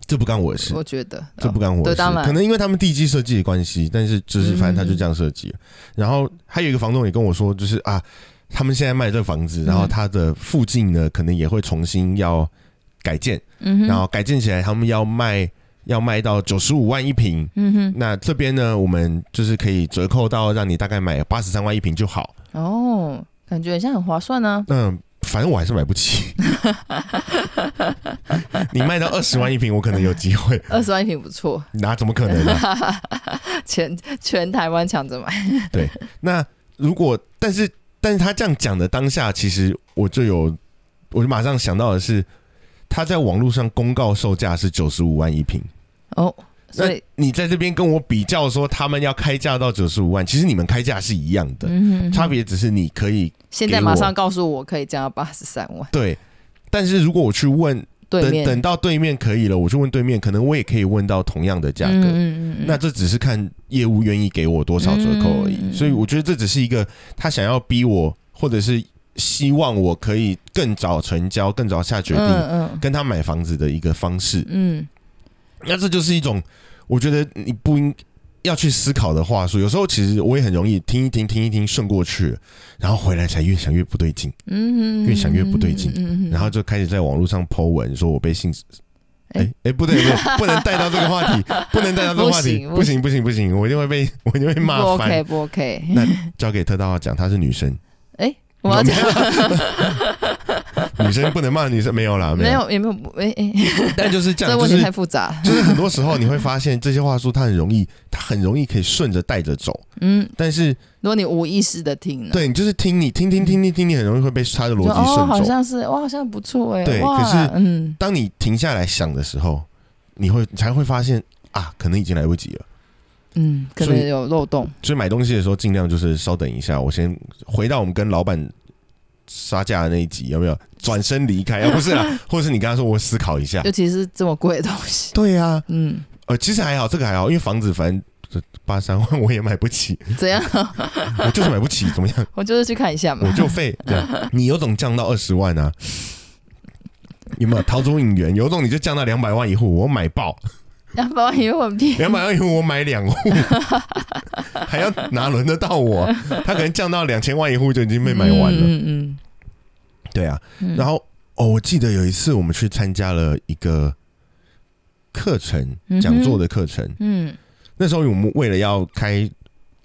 [SPEAKER 1] 这不干我的事，
[SPEAKER 2] 我觉得哦
[SPEAKER 1] 这不干我的
[SPEAKER 2] 对
[SPEAKER 1] 事
[SPEAKER 2] 当，然
[SPEAKER 1] 可能因为他们地基设计的关系，但是就是反正他就
[SPEAKER 2] 嗯
[SPEAKER 1] 这样设计了。然后还有一个房东也跟我说，就是啊，他们现在卖这个房子，
[SPEAKER 2] 嗯
[SPEAKER 1] 然后他的附近呢可能也会重新要改建，
[SPEAKER 2] 嗯哼，
[SPEAKER 1] 然后改建起来他们要卖要卖到九十五万一平。
[SPEAKER 2] 嗯哼，
[SPEAKER 1] 那这边呢，我们就是可以折扣到让你大概买八十三万一平就好。
[SPEAKER 2] 哦，感觉好像很划算啊呢、
[SPEAKER 1] 嗯，反正我还是买不起。 你卖到二十万一平，我可能有机会，
[SPEAKER 2] 二十万一平不错，
[SPEAKER 1] 哪怎么可能啊呢、
[SPEAKER 2] 全全台湾抢着买，
[SPEAKER 1] 那如果，但是，但是他这样讲的当下，其实我就有，我就马上想到的是，他在网络上公告售价是九十五万一平，
[SPEAKER 2] 哦，所
[SPEAKER 1] 那
[SPEAKER 2] 以
[SPEAKER 1] 你在这边跟我比较说他们要开价到九十五万，其实你们开价是一样的，
[SPEAKER 2] 嗯哼
[SPEAKER 1] 差别只是你可以
[SPEAKER 2] 现在马上告诉我可以降到八十三万，
[SPEAKER 1] 对。但是如果我去问，
[SPEAKER 2] 对
[SPEAKER 1] 等
[SPEAKER 2] 面
[SPEAKER 1] 等到对面可以了，我去问对面，可能我也可以问到同样的价格。
[SPEAKER 2] 嗯嗯嗯嗯，
[SPEAKER 1] 那这只是看业务愿意给我多少折扣而已。
[SPEAKER 2] 嗯
[SPEAKER 1] 所以我觉得这只是一个他想要逼我，或者是希望我可以更早成交、更早下决定、
[SPEAKER 2] 嗯嗯
[SPEAKER 1] 跟他买房子的一个方式。
[SPEAKER 2] 嗯，
[SPEAKER 1] 那这就是一种，我觉得你不应要去思考的话术。有时候其实我也很容易听一听、听一听顺过去了，然后回来才越想越不对劲，
[SPEAKER 2] 嗯，
[SPEAKER 1] 越想越不对劲
[SPEAKER 2] 嗯嗯嗯
[SPEAKER 1] 然后就开始在网络上 Po 文说我被性。哎、哎、不对不 对，不能带到这个话题，不能带到这个话题，
[SPEAKER 2] 不
[SPEAKER 1] 不
[SPEAKER 2] 行
[SPEAKER 1] 行不行不行，我一定会被我一定会骂
[SPEAKER 2] 不
[SPEAKER 1] 翻。
[SPEAKER 2] OK 不 OK，
[SPEAKER 1] 那交给特大号讲，她是女生，
[SPEAKER 2] 哎、我要讲
[SPEAKER 1] 女生不能骂女生，没有啦，
[SPEAKER 2] 没
[SPEAKER 1] 有。
[SPEAKER 2] 有也没有不哎哎，
[SPEAKER 1] 但就是这
[SPEAKER 2] 这个
[SPEAKER 1] 样，
[SPEAKER 2] 问
[SPEAKER 1] 就
[SPEAKER 2] 题太
[SPEAKER 1] 是
[SPEAKER 2] 复杂了，
[SPEAKER 1] 就是很多时候你会发现这些话术，它很容易，它很容易可以顺着带着走。
[SPEAKER 2] 嗯，
[SPEAKER 1] 但是
[SPEAKER 2] 如果你无意识的听呢，
[SPEAKER 1] 对你就是听你听听听听听，你很容易会被它的逻
[SPEAKER 2] 就哦好
[SPEAKER 1] 辑顺走。
[SPEAKER 2] 像是哇好像不错哎、
[SPEAKER 1] 对
[SPEAKER 2] 哇
[SPEAKER 1] 可是
[SPEAKER 2] 嗯
[SPEAKER 1] 当你停下来想的时候，你会你才会发现啊，可能已经来不及了。
[SPEAKER 2] 嗯，可
[SPEAKER 1] 所
[SPEAKER 2] 能
[SPEAKER 1] 以
[SPEAKER 2] 有漏洞，
[SPEAKER 1] 所以买东西的时候，尽量就是稍等一下，我先回到我们跟老板杀价的那一集，有没有转身离开？啊，不是 啦，或者是你刚刚说我思考一下
[SPEAKER 2] 尤。其是这么贵的东西，
[SPEAKER 1] 对呀、啊，
[SPEAKER 2] 嗯，
[SPEAKER 1] 呃，其实还好，这个还好，因为房子反正这八三万我也买不 起，
[SPEAKER 2] 怎样？
[SPEAKER 1] 我就是买不起，怎么 样？
[SPEAKER 2] 我就是去看一下嘛
[SPEAKER 1] 我，就废。对啊，你有种降到二十万啊？有没有逃出引援？有种你就降到两百万一户，我买爆
[SPEAKER 2] 两百万也很便宜，
[SPEAKER 1] 两百万一户，我买两 户，还要哪轮得到我？他可能降到两千万一户就已经被买完了。
[SPEAKER 2] 嗯嗯
[SPEAKER 1] 对啊，
[SPEAKER 2] 嗯，
[SPEAKER 1] 然
[SPEAKER 2] 后
[SPEAKER 1] 后哦，我记得有一次我们去参加了一个课程
[SPEAKER 2] 嗯哼
[SPEAKER 1] 讲座的课程，
[SPEAKER 2] 嗯
[SPEAKER 1] 那时候我们为了要开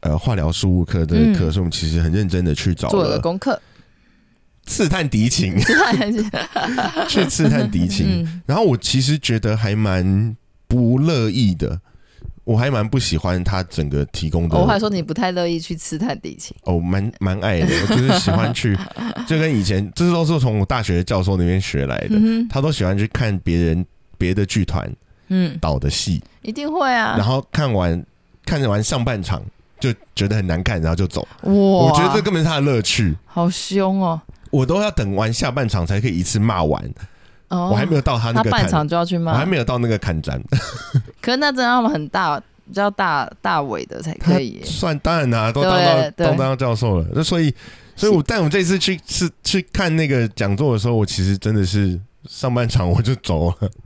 [SPEAKER 1] 呃化疗输入科的
[SPEAKER 2] 嗯
[SPEAKER 1] 课，所以我们其实很认真的去找
[SPEAKER 2] 做了
[SPEAKER 1] 了
[SPEAKER 2] 功课，
[SPEAKER 1] 刺探敌情， 去刺探敌情。
[SPEAKER 2] 嗯
[SPEAKER 1] 然后我其实觉得还蛮不乐意的，我还蛮不喜欢他整个提供的
[SPEAKER 2] 哦我还说你不太乐意去刺探敌情，
[SPEAKER 1] 哦，蛮蛮爱的，我就是喜欢 去，就跟以前，这都是从我大学教授那边学来的，
[SPEAKER 2] 嗯哼
[SPEAKER 1] 他都喜欢去看别人别的剧团
[SPEAKER 2] 嗯，
[SPEAKER 1] 导的戏，
[SPEAKER 2] 一定会啊，
[SPEAKER 1] 然后看完看完上半场就觉得很难看，然后就走。
[SPEAKER 2] 哇，
[SPEAKER 1] 我觉得这根本是他的乐趣，
[SPEAKER 2] 好凶哦，
[SPEAKER 1] 我都要等完下半场才可以一次骂完，
[SPEAKER 2] 哦，
[SPEAKER 1] 我还没有到他那
[SPEAKER 2] 他
[SPEAKER 1] 个
[SPEAKER 2] 半
[SPEAKER 1] 看，
[SPEAKER 2] 场就要去
[SPEAKER 1] 我还
[SPEAKER 2] 骂，
[SPEAKER 1] 没有到 那个看展，
[SPEAKER 2] 可是那真的要很大，比较大大尾的才可以耶，
[SPEAKER 1] 算当然啦、都当
[SPEAKER 2] 对
[SPEAKER 1] 到都
[SPEAKER 2] 对
[SPEAKER 1] 当到教授了，那所以，所以我但我这次去是去看那个讲座的时候，我其实真的是上半场我就走了。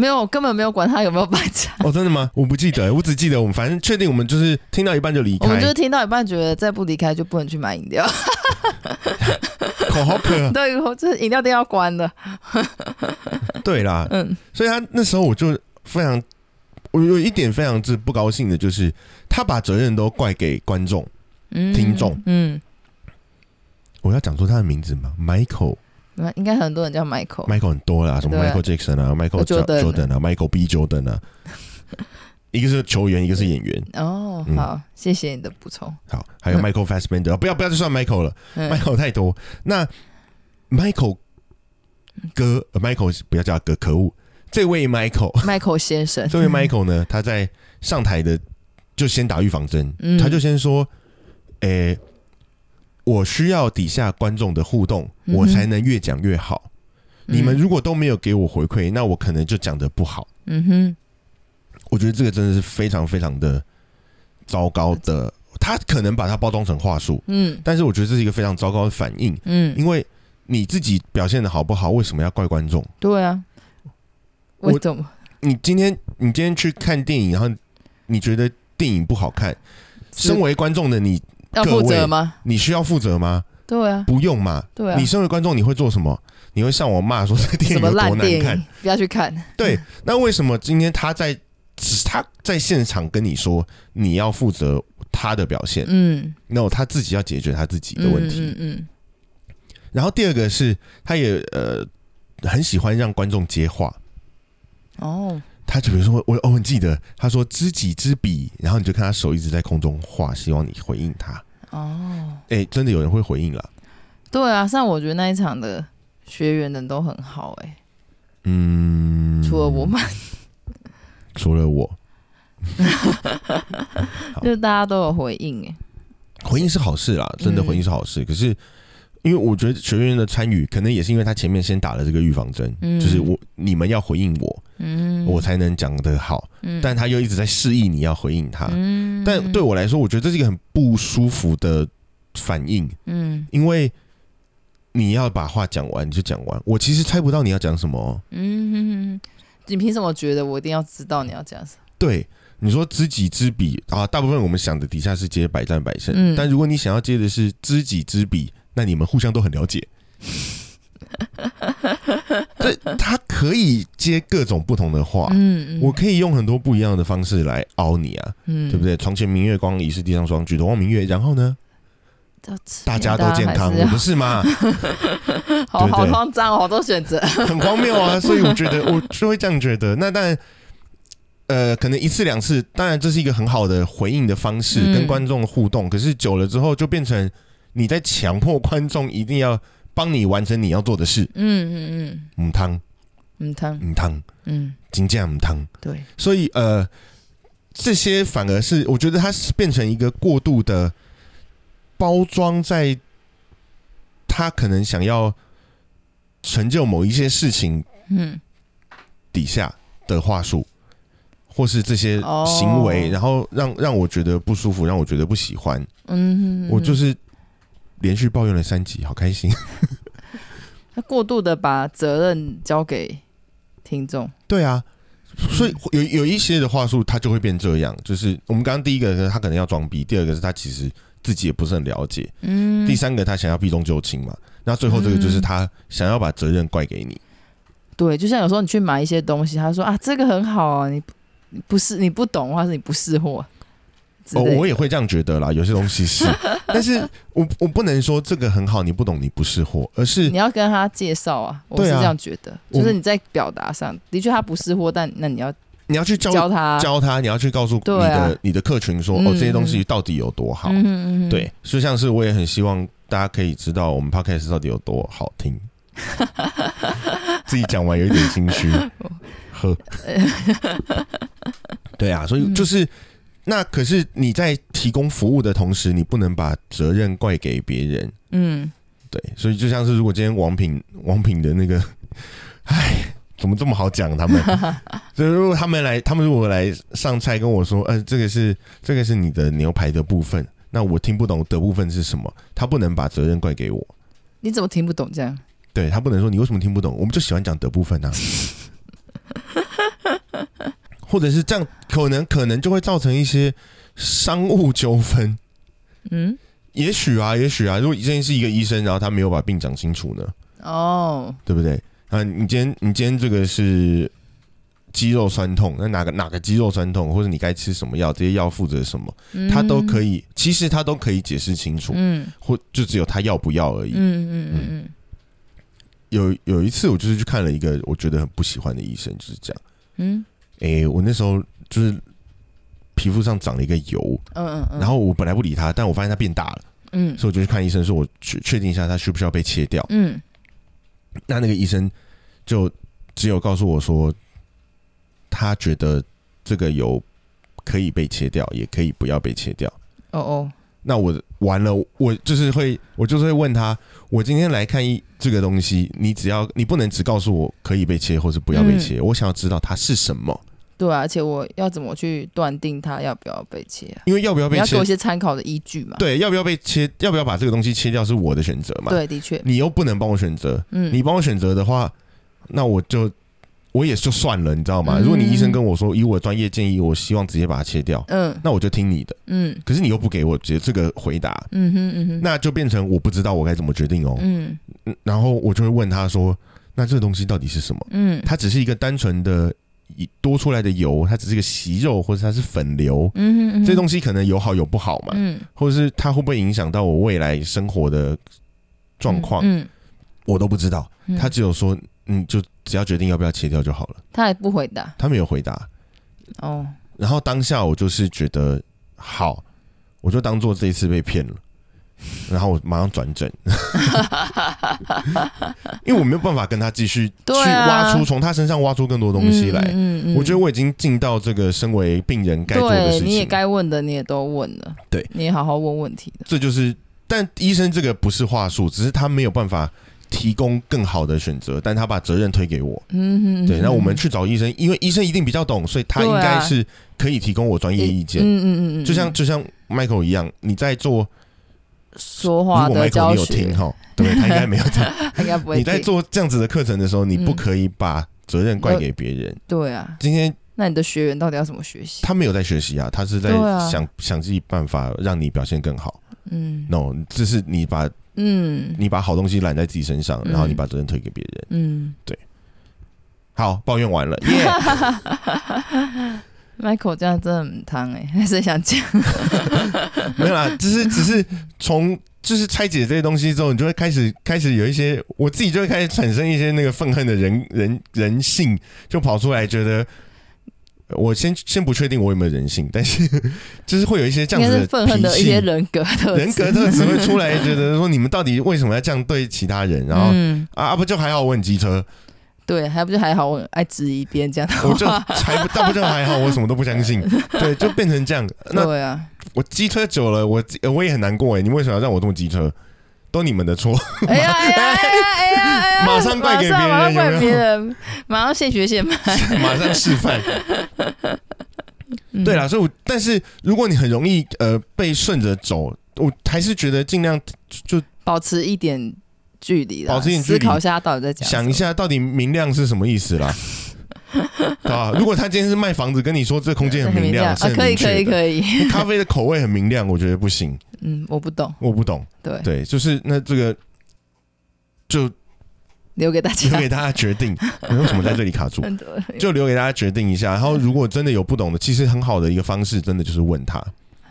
[SPEAKER 2] 没有根本没有管他有没有半场，
[SPEAKER 1] 哦，真的吗？我不记得，我只记得我们反正确定我们就是听到一半就离
[SPEAKER 2] 我们就
[SPEAKER 1] 开，
[SPEAKER 2] 是听到一半觉得再不离开就不能去买饮 料，
[SPEAKER 1] 口好渴。
[SPEAKER 2] 对，我就是饮料店要关了，
[SPEAKER 1] 对啦，
[SPEAKER 2] 嗯
[SPEAKER 1] 所以他那时候我就非常，我有一点非常之不高兴的就是，他把责任都怪给观众。
[SPEAKER 2] 嗯，
[SPEAKER 1] 听众，
[SPEAKER 2] 嗯，
[SPEAKER 1] 我要讲出他的名字吗？Michael。
[SPEAKER 2] 那应该很多人叫 Michael，
[SPEAKER 1] Michael 很多啦，什么
[SPEAKER 2] 哦对呃
[SPEAKER 1] Michael Jackson 啊，Michael Jo-
[SPEAKER 2] Jordan
[SPEAKER 1] Jordan 啊，Michael B Jordan 啊，一个是球员，一个是演员，
[SPEAKER 2] 哦，
[SPEAKER 1] 嗯
[SPEAKER 2] 好，谢谢你的补充，
[SPEAKER 1] 好，还有
[SPEAKER 2] 嗯
[SPEAKER 1] Michael Fassbender，、不要不要再算 Michael 了、
[SPEAKER 2] 嗯
[SPEAKER 1] m i。c h a e l 太多。那 Michael 哥、呃、，Michael 不要叫他哥，可恶，这位 Michael，
[SPEAKER 2] Michael 先 生，
[SPEAKER 1] 这位 Michael 呢，他在上台的就先打预防针，
[SPEAKER 2] 嗯
[SPEAKER 1] 他就先说，诶、我需要底下观众的互动，
[SPEAKER 2] 嗯哼
[SPEAKER 1] 我才能越讲越好。
[SPEAKER 2] 嗯
[SPEAKER 1] 你们如果都没有给我回馈，那我可能就讲的不好。
[SPEAKER 2] 嗯哼，
[SPEAKER 1] 我觉得这个真的是非常非常的糟糕的。他可能把它包装成话术，
[SPEAKER 2] 嗯
[SPEAKER 1] 但是我觉得这是一个非常糟糕的反应，
[SPEAKER 2] 嗯，
[SPEAKER 1] 因为你自己表现的好不好，为什么要怪观众？
[SPEAKER 2] 对啊，
[SPEAKER 1] 我
[SPEAKER 2] 我怎么
[SPEAKER 1] 你今天你今天去看电影，然后你觉得电影不好看，
[SPEAKER 2] 是
[SPEAKER 1] 身为观众的你，
[SPEAKER 2] 要
[SPEAKER 1] 各
[SPEAKER 2] 负
[SPEAKER 1] 位
[SPEAKER 2] 责吗？
[SPEAKER 1] 你需要负责吗？
[SPEAKER 2] 对啊，
[SPEAKER 1] 不用嘛。
[SPEAKER 2] 对啊
[SPEAKER 1] 你，身为观众，你会做什么？你会上网骂说这电
[SPEAKER 2] 什
[SPEAKER 1] 影
[SPEAKER 2] 么
[SPEAKER 1] 有多
[SPEAKER 2] 烂
[SPEAKER 1] 难
[SPEAKER 2] 电
[SPEAKER 1] 看
[SPEAKER 2] 影？不要 去看，
[SPEAKER 1] 对，那为什么今天他在只他在现场跟你说你要负责他的表现？
[SPEAKER 2] 嗯，
[SPEAKER 1] 那、no, 他自己要解决他自己的问题。
[SPEAKER 2] 嗯嗯
[SPEAKER 1] 然后第二个是，他也呃很喜欢让观众接话。
[SPEAKER 2] 嗯，哦，
[SPEAKER 1] 他就比如说我我很记得，他说知己知彼，然后你就看他手一直在空中画，希望你回应他。
[SPEAKER 2] 哦，
[SPEAKER 1] 哎、真的有人会回应了。
[SPEAKER 2] 对啊，像我觉得那一场的学员人都很好，哎，
[SPEAKER 1] 嗯，
[SPEAKER 2] 除了我们，
[SPEAKER 1] 除了我，好
[SPEAKER 2] 就是大家都有回应，哎，
[SPEAKER 1] 回应是好事啦，真的
[SPEAKER 2] 嗯
[SPEAKER 1] 回应是好事。可是，因为我觉得学员的参与，可能也是因为他前面先打了这个预防针，
[SPEAKER 2] 嗯
[SPEAKER 1] 就是我你们要回应我，
[SPEAKER 2] 嗯，
[SPEAKER 1] 我，才能讲得好。
[SPEAKER 2] 嗯，
[SPEAKER 1] 但他又一直在示意你要回应他，
[SPEAKER 2] 嗯，
[SPEAKER 1] 但对，我来说，我觉得这是一个很不舒服的反应，
[SPEAKER 2] 嗯
[SPEAKER 1] 因为你要把话讲完你就讲完，我其实猜不到你要讲什么哦。
[SPEAKER 2] 嗯，你凭什么觉得我一定要知道你要讲什么？
[SPEAKER 1] 对，你说知己知彼啊，大部分我们想的底下是接百战百胜，
[SPEAKER 2] 嗯
[SPEAKER 1] 但如果你想要接的是知己知彼，那你们互相都很了解。对，他可以接各种不同的话，
[SPEAKER 2] 嗯嗯，
[SPEAKER 1] 我可以用很多不一样的方式来凹你啊，
[SPEAKER 2] 嗯，
[SPEAKER 1] 对不对？床前明月光，疑是地上霜，举头望明月。然后呢，
[SPEAKER 2] 要吃
[SPEAKER 1] 大
[SPEAKER 2] 面
[SPEAKER 1] 家都健康，
[SPEAKER 2] 还是要
[SPEAKER 1] 我不是 吗？
[SPEAKER 2] 好
[SPEAKER 1] 对不
[SPEAKER 2] 好
[SPEAKER 1] 对
[SPEAKER 2] 慌张，好多 选择。
[SPEAKER 1] 很荒谬啊！所以我觉得我就会这样觉得。那当然，呃，可能一次两次，当然这是一个很好的回应的方式，
[SPEAKER 2] 嗯
[SPEAKER 1] 跟观众互动。可是久了之后，就变成你在强迫观众一定要帮你完成你要做的事。
[SPEAKER 2] 嗯嗯
[SPEAKER 1] 嗯，汤
[SPEAKER 2] 嗯，嗯汤，
[SPEAKER 1] 嗯汤，
[SPEAKER 2] 嗯
[SPEAKER 1] 金价嗯汤。
[SPEAKER 2] 对，
[SPEAKER 1] 所以呃，这些反而是我觉得它是变成一个过度的包装，在他可能想要成就某一些事情
[SPEAKER 2] 嗯
[SPEAKER 1] 底下的话术，或是这些
[SPEAKER 2] 哦
[SPEAKER 1] 行为，然后让让我觉得不舒服，让我觉得不喜欢。
[SPEAKER 2] 嗯，
[SPEAKER 1] 我就是是连续抱怨了三集，好开心。
[SPEAKER 2] 他过度的把责任交给听众。
[SPEAKER 1] 对啊，所以有有一些的话术，它就会变这样。就是我们刚刚第一个是他可能要装逼，第二个是他其实自己也不是很了解，
[SPEAKER 2] 嗯，
[SPEAKER 1] 第三个他想要避重就轻嘛。那最后这个就是他想要把责任怪给你。
[SPEAKER 2] 对，就像有时候你去买一些东西，他说啊，这个很好啊，你不是你不懂的话，是你不识货。
[SPEAKER 1] 哦，我也会这样觉得啦，有些东西 是，但是我我不能说这个很好，你不懂你不是货，而是
[SPEAKER 2] 你要跟他介绍啊，我是
[SPEAKER 1] 对啊
[SPEAKER 2] 这样觉得，
[SPEAKER 1] 我
[SPEAKER 2] 就是你在表达上的确他不识货，但那你要
[SPEAKER 1] 你要去教
[SPEAKER 2] 教他，
[SPEAKER 1] 教他，你要去告诉你
[SPEAKER 2] 对
[SPEAKER 1] 的、
[SPEAKER 2] 啊
[SPEAKER 1] 你的客群说，
[SPEAKER 2] 嗯
[SPEAKER 1] 哦，这些东西到底有多好。
[SPEAKER 2] 嗯嗯嗯，
[SPEAKER 1] 对，就像是我也很希望大家可以知道我们 podcast 到底有多好听。自己讲完有一点心虚，呵。对啊，所以就是、那可是你在提供服务的同时，你不能把责任怪给别人。
[SPEAKER 2] 嗯，
[SPEAKER 1] 对，所以就像是如果今天王品王品的那个， 唉，怎么这么好讲他们？ 就是如果他们来，他们如果来上菜跟我说，呃，这个是这个是你的牛排的部分，那我听不懂的部分是什么，他不能把责任怪给我，
[SPEAKER 2] 你怎么听不懂这样？
[SPEAKER 1] 对他不能说你为什么听不懂，我们就喜欢讲的部分啊。 或者是这样，可能可能就会造成一些商务纠纷。
[SPEAKER 2] 嗯，
[SPEAKER 1] 也许啊，也许啊，如果今天是一个医生，然后他没有把病讲清楚呢，
[SPEAKER 2] 哦，
[SPEAKER 1] 对不对？啊，你今天你今天这个是肌肉酸痛，那哪个哪个肌肉酸痛，或者你该吃什么药，这些药负责什么，他都可
[SPEAKER 2] 以，
[SPEAKER 1] 以，其实他都可以解释清楚，
[SPEAKER 2] 嗯
[SPEAKER 1] 或就只有他要不要而已。
[SPEAKER 2] 嗯嗯嗯嗯
[SPEAKER 1] 有有一次，我就是去看了一个我觉得很不喜欢的医生，就是这样。
[SPEAKER 2] 嗯
[SPEAKER 1] 诶、我那时候就是皮肤上长了一个油，
[SPEAKER 2] 嗯嗯嗯，
[SPEAKER 1] 然后我本来不理他，但我发现他变大了，
[SPEAKER 2] 嗯
[SPEAKER 1] 所以我就去看医生，说我确确定一下他需不需要被切掉。
[SPEAKER 2] 嗯
[SPEAKER 1] 那那个医生就只有告诉我说，他觉得这个油可以被切掉，也可以不要被切掉。
[SPEAKER 2] 哦哦，
[SPEAKER 1] 那我完了，我就是会，我就是会问他，我今天来看一这个东西，你只要你不能只告诉我可以被切或是不要被切，我想要知道它是什么，
[SPEAKER 2] 对啊，而且我要怎么去断定他要不要被切啊？
[SPEAKER 1] 因为要不要
[SPEAKER 2] 你
[SPEAKER 1] 被
[SPEAKER 2] 要给
[SPEAKER 1] 切
[SPEAKER 2] 我一，些参考的依据嘛？
[SPEAKER 1] 对，要不要被切，要不要把这个东西切掉是我的选择嘛，
[SPEAKER 2] 对，的确，
[SPEAKER 1] 你又不能帮我选择，
[SPEAKER 2] 嗯，
[SPEAKER 1] 你帮我选择的话，那我就我也就算了，你知道吗？
[SPEAKER 2] 嗯
[SPEAKER 1] 如果你医生跟我说，以我的专业建议，我希望直接把它切掉，
[SPEAKER 2] 嗯
[SPEAKER 1] 那我就听你的。
[SPEAKER 2] 嗯
[SPEAKER 1] 可是你又不给我直接这个回答，
[SPEAKER 2] 嗯哼嗯哼，
[SPEAKER 1] 那就变成我不知道我该怎么决定哦。
[SPEAKER 2] 嗯
[SPEAKER 1] 嗯然后我就会问他说：“那这个东西到底是什么？
[SPEAKER 2] 嗯
[SPEAKER 1] 它只是一个单纯的多出来的油，它只是一个息肉，或者它是粉瘤。
[SPEAKER 2] 嗯哼嗯，
[SPEAKER 1] 这东西可能有好有不好嘛，
[SPEAKER 2] 嗯
[SPEAKER 1] 或者是它会不会影响到我未来生活的状况，
[SPEAKER 2] 嗯，
[SPEAKER 1] 我都不知道。
[SPEAKER 2] 嗯
[SPEAKER 1] 他只有说，嗯，就只要决定要不要切掉就好了。
[SPEAKER 2] 他也不回答
[SPEAKER 1] 他没有回答。
[SPEAKER 2] 哦，
[SPEAKER 1] 然后当下我就是觉得好，我就当做这一次被骗了，然后我马上转 诊，因为我没有办法跟他继续去
[SPEAKER 2] 对啊
[SPEAKER 1] 挖出从他身上挖出更多东西来。
[SPEAKER 2] 嗯嗯，
[SPEAKER 1] 我觉得我已经尽到这个身为病人该做的事
[SPEAKER 2] 对，你也
[SPEAKER 1] 情，
[SPEAKER 2] 该问的你也都问了，
[SPEAKER 1] 对，
[SPEAKER 2] 你也好好问问题的，
[SPEAKER 1] 这就是。但医生这个不是话术，只是他没有办法提供更好的选择，但他把责任推给我。
[SPEAKER 2] 嗯哼，
[SPEAKER 1] 对，那我们去找医生，因为医生一定比较懂，所以他应
[SPEAKER 2] 对
[SPEAKER 1] 该
[SPEAKER 2] 啊
[SPEAKER 1] 是可以提供我专业意见。
[SPEAKER 2] 嗯嗯嗯嗯，
[SPEAKER 1] 就像就像 Michael 一样，你在做，
[SPEAKER 2] 说
[SPEAKER 1] 如
[SPEAKER 2] 话
[SPEAKER 1] 果
[SPEAKER 2] 的
[SPEAKER 1] Michael
[SPEAKER 2] 教
[SPEAKER 1] 你有
[SPEAKER 2] 学
[SPEAKER 1] 听，哈， 对他应该没有在
[SPEAKER 2] 应该不会
[SPEAKER 1] 你在
[SPEAKER 2] 听
[SPEAKER 1] 做这样子的课程的时候，你不
[SPEAKER 2] 嗯
[SPEAKER 1] 可以把责任怪给别人。
[SPEAKER 2] 对啊，
[SPEAKER 1] 今天
[SPEAKER 2] 那你的学员到底要怎么学习？
[SPEAKER 1] 他没有在学习啊，他是在
[SPEAKER 2] 对啊
[SPEAKER 1] 想、想尽办法让你表现更好。
[SPEAKER 2] 嗯
[SPEAKER 1] no，这是你把
[SPEAKER 2] 嗯
[SPEAKER 1] 你把好东西揽在自己身上，然后你
[SPEAKER 2] 嗯
[SPEAKER 1] 把责任推给别人。
[SPEAKER 2] 嗯
[SPEAKER 1] 好，抱怨完了，耶、
[SPEAKER 2] ，Michael 这样真的很汤哎，还是想讲，
[SPEAKER 1] 没有啦，只是只是从就是拆解这些东西之后，你就会开始开始有一些，我自己就会开始产生一些那个愤恨的人人人性，就跑出来觉得。呃我先先不确定我有没有人性，但是就是会有一些这
[SPEAKER 2] 应
[SPEAKER 1] 样
[SPEAKER 2] 该
[SPEAKER 1] 子
[SPEAKER 2] 是愤恨的
[SPEAKER 1] 脾
[SPEAKER 2] 一
[SPEAKER 1] 气
[SPEAKER 2] 些人格特
[SPEAKER 1] 人格特质会出来，觉得说你们到底为什么要这样对其他人？然后、
[SPEAKER 2] 嗯，
[SPEAKER 1] 啊啊不就还好我很机车，
[SPEAKER 2] 对，还不就还好，我爱质疑别人这样的
[SPEAKER 1] 我
[SPEAKER 2] 话，
[SPEAKER 1] 就才不，但不就还好，我什么都不相信，对，就变成这样。那
[SPEAKER 2] 对啊，
[SPEAKER 1] 我机车久了，我呃我也很难过哎，你为什么要让我这么机车？都你们的错。
[SPEAKER 2] 哎呀 哎呀哎呀哎呀哎呀，
[SPEAKER 1] 马上怪给别人
[SPEAKER 2] 马上怪
[SPEAKER 1] 有没有
[SPEAKER 2] 别人，马上现学现卖。
[SPEAKER 1] 马上示范。
[SPEAKER 2] 嗯
[SPEAKER 1] 对啦，，所以我但是如果你很容易呃被顺着走，我还是觉得尽量就就
[SPEAKER 2] 保持一点距离啦，
[SPEAKER 1] 保持一点距离
[SPEAKER 2] 思考一下他到底在讲什么
[SPEAKER 1] 想一，下到底明亮是什么意 思啦。对啊，如果他今天是卖房子，跟你说这空间很明亮，
[SPEAKER 2] 啊
[SPEAKER 1] 是，很
[SPEAKER 2] 可以
[SPEAKER 1] 明
[SPEAKER 2] 可
[SPEAKER 1] 确
[SPEAKER 2] 以
[SPEAKER 1] 的。
[SPEAKER 2] 可以，
[SPEAKER 1] 咖啡的口味很明亮，我觉得不行，
[SPEAKER 2] 嗯，我不懂，
[SPEAKER 1] 我不懂。
[SPEAKER 2] 对，
[SPEAKER 1] 对，就是那这个就
[SPEAKER 2] 留给大家
[SPEAKER 1] 留。给大家决定。为什么在这里卡住？
[SPEAKER 2] 很多
[SPEAKER 1] 就留给大家决定一下。然后，如果真的有不懂的，其实很好的一个方式，真的就是问他，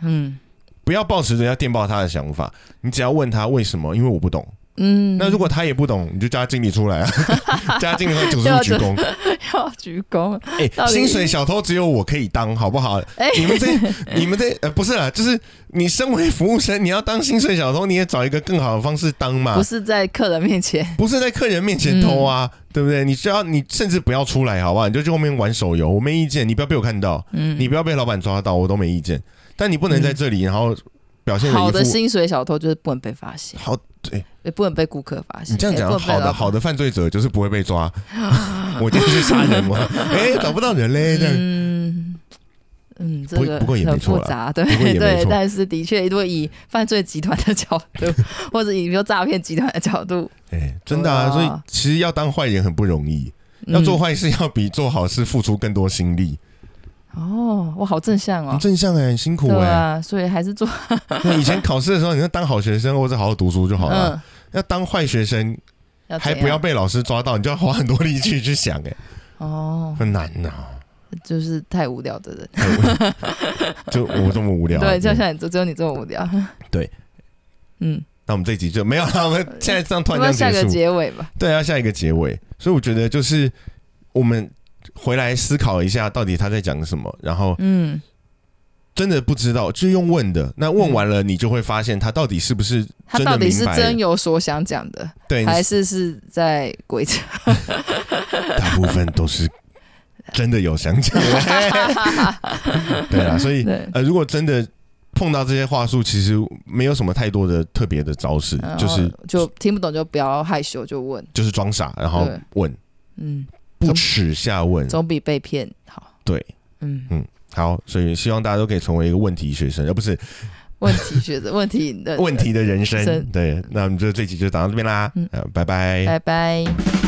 [SPEAKER 2] 嗯
[SPEAKER 1] 不要抱持着要电报他的想法，你只要问他为什么，因为我不懂。
[SPEAKER 2] 嗯，
[SPEAKER 1] 那如果他也不懂，你就叫他经理出来啊， 叫他经理说九十度鞠
[SPEAKER 2] 啊
[SPEAKER 1] 躬。
[SPEAKER 2] 要鞠躬，
[SPEAKER 1] 哎、
[SPEAKER 2] 到底
[SPEAKER 1] 薪水小偷只有我可以当，好不好？
[SPEAKER 2] 哎
[SPEAKER 1] 你们这、你们这呃，不是啦，就是你身为服务生，你要当薪水小偷，你也找一个更好的方式当嘛，
[SPEAKER 2] 不是嗯在客人面前，
[SPEAKER 1] 不是在客人面前偷啊，对不对？你只要你甚至不要出来，好不好？你就去后面玩手游，我没意见，你不要被我看到，
[SPEAKER 2] 嗯，
[SPEAKER 1] 你不要被老板抓到，我都没意见。但你不能在这里，然后表现得一副
[SPEAKER 2] 好的薪水小偷就是不能被发现，
[SPEAKER 1] 好，对
[SPEAKER 2] 也不能被顾客发现。
[SPEAKER 1] 你这样
[SPEAKER 2] 也
[SPEAKER 1] 讲，
[SPEAKER 2] 不能被
[SPEAKER 1] 好
[SPEAKER 2] 老
[SPEAKER 1] 的
[SPEAKER 2] 板
[SPEAKER 1] 好的犯罪者就是不会被 抓。我今天去杀人，我哎、找不到人嘞，这样。
[SPEAKER 2] 嗯嗯，这
[SPEAKER 1] 不
[SPEAKER 2] 个
[SPEAKER 1] 不过也没
[SPEAKER 2] 很
[SPEAKER 1] 错
[SPEAKER 2] 复
[SPEAKER 1] 啦
[SPEAKER 2] 杂，对
[SPEAKER 1] 不过也没
[SPEAKER 2] 对
[SPEAKER 1] 错，
[SPEAKER 2] 但是的确，如果以犯罪集团的角度，或者以比如诈骗集团的角度，
[SPEAKER 1] 哎、真的啊，
[SPEAKER 2] 对
[SPEAKER 1] 所
[SPEAKER 2] 啊
[SPEAKER 1] 以其实要当坏人很不容易， 要做
[SPEAKER 2] 嗯
[SPEAKER 1] 坏事要比做好事付出更多心力，
[SPEAKER 2] 哦，我好正向哦
[SPEAKER 1] 很，正向哎、很辛苦
[SPEAKER 2] 对
[SPEAKER 1] 哎、
[SPEAKER 2] 啊，所以还是做
[SPEAKER 1] 那以前考试的时候，你就当好学生或者好好读书就好了。
[SPEAKER 2] 嗯，
[SPEAKER 1] 要当坏学生，
[SPEAKER 2] 要
[SPEAKER 1] 还
[SPEAKER 2] 怎
[SPEAKER 1] 不要
[SPEAKER 2] 样
[SPEAKER 1] 被老师抓到，你就要花很多力气去想、哎，
[SPEAKER 2] 哦，
[SPEAKER 1] 很难啊呐、
[SPEAKER 2] 就是太无聊的人，
[SPEAKER 1] 就我这么无聊、啊
[SPEAKER 2] 对，就像你，只有你这么无聊，
[SPEAKER 1] 对，
[SPEAKER 2] 嗯，
[SPEAKER 1] 那我们这一集就没有了，我们现在这样突
[SPEAKER 2] 要
[SPEAKER 1] 然
[SPEAKER 2] 不
[SPEAKER 1] 这
[SPEAKER 2] 要
[SPEAKER 1] 样结
[SPEAKER 2] 下个
[SPEAKER 1] 束，
[SPEAKER 2] 结尾吧？
[SPEAKER 1] 对，要下一个结尾。所以我觉得就是我们回来思考一下，到底他在讲什么，然后
[SPEAKER 2] 嗯，
[SPEAKER 1] 真的不知道，就用问的。那问完了，你就会发现他到底是不是
[SPEAKER 2] 他
[SPEAKER 1] 真
[SPEAKER 2] 到
[SPEAKER 1] 的
[SPEAKER 2] 底是
[SPEAKER 1] 明白
[SPEAKER 2] 真
[SPEAKER 1] 了？哎
[SPEAKER 2] 有所想讲的，
[SPEAKER 1] 对，
[SPEAKER 2] 还是是在鬼 扯？
[SPEAKER 1] 大部分都是真的有想讲 的。对啊，所以
[SPEAKER 2] 对，
[SPEAKER 1] 呃，如果真的碰到这些话术，其实没有什么太多的特别的招式，
[SPEAKER 2] 然后
[SPEAKER 1] 就是
[SPEAKER 2] 就听不懂就不要害羞，就问，
[SPEAKER 1] 就是装傻，然后
[SPEAKER 2] 对
[SPEAKER 1] 问，
[SPEAKER 2] 嗯，
[SPEAKER 1] 不耻下问。
[SPEAKER 2] 总比被骗好。
[SPEAKER 1] 对，
[SPEAKER 2] 嗯，
[SPEAKER 1] 好，所以希望大家都可以成为一个问题学生，而不是
[SPEAKER 2] 问题学者，问题的
[SPEAKER 1] 问，题的人
[SPEAKER 2] 是
[SPEAKER 1] 生。对，那我们就这集就讲到这边啦
[SPEAKER 2] 嗯，
[SPEAKER 1] 呃，拜拜
[SPEAKER 2] 拜拜。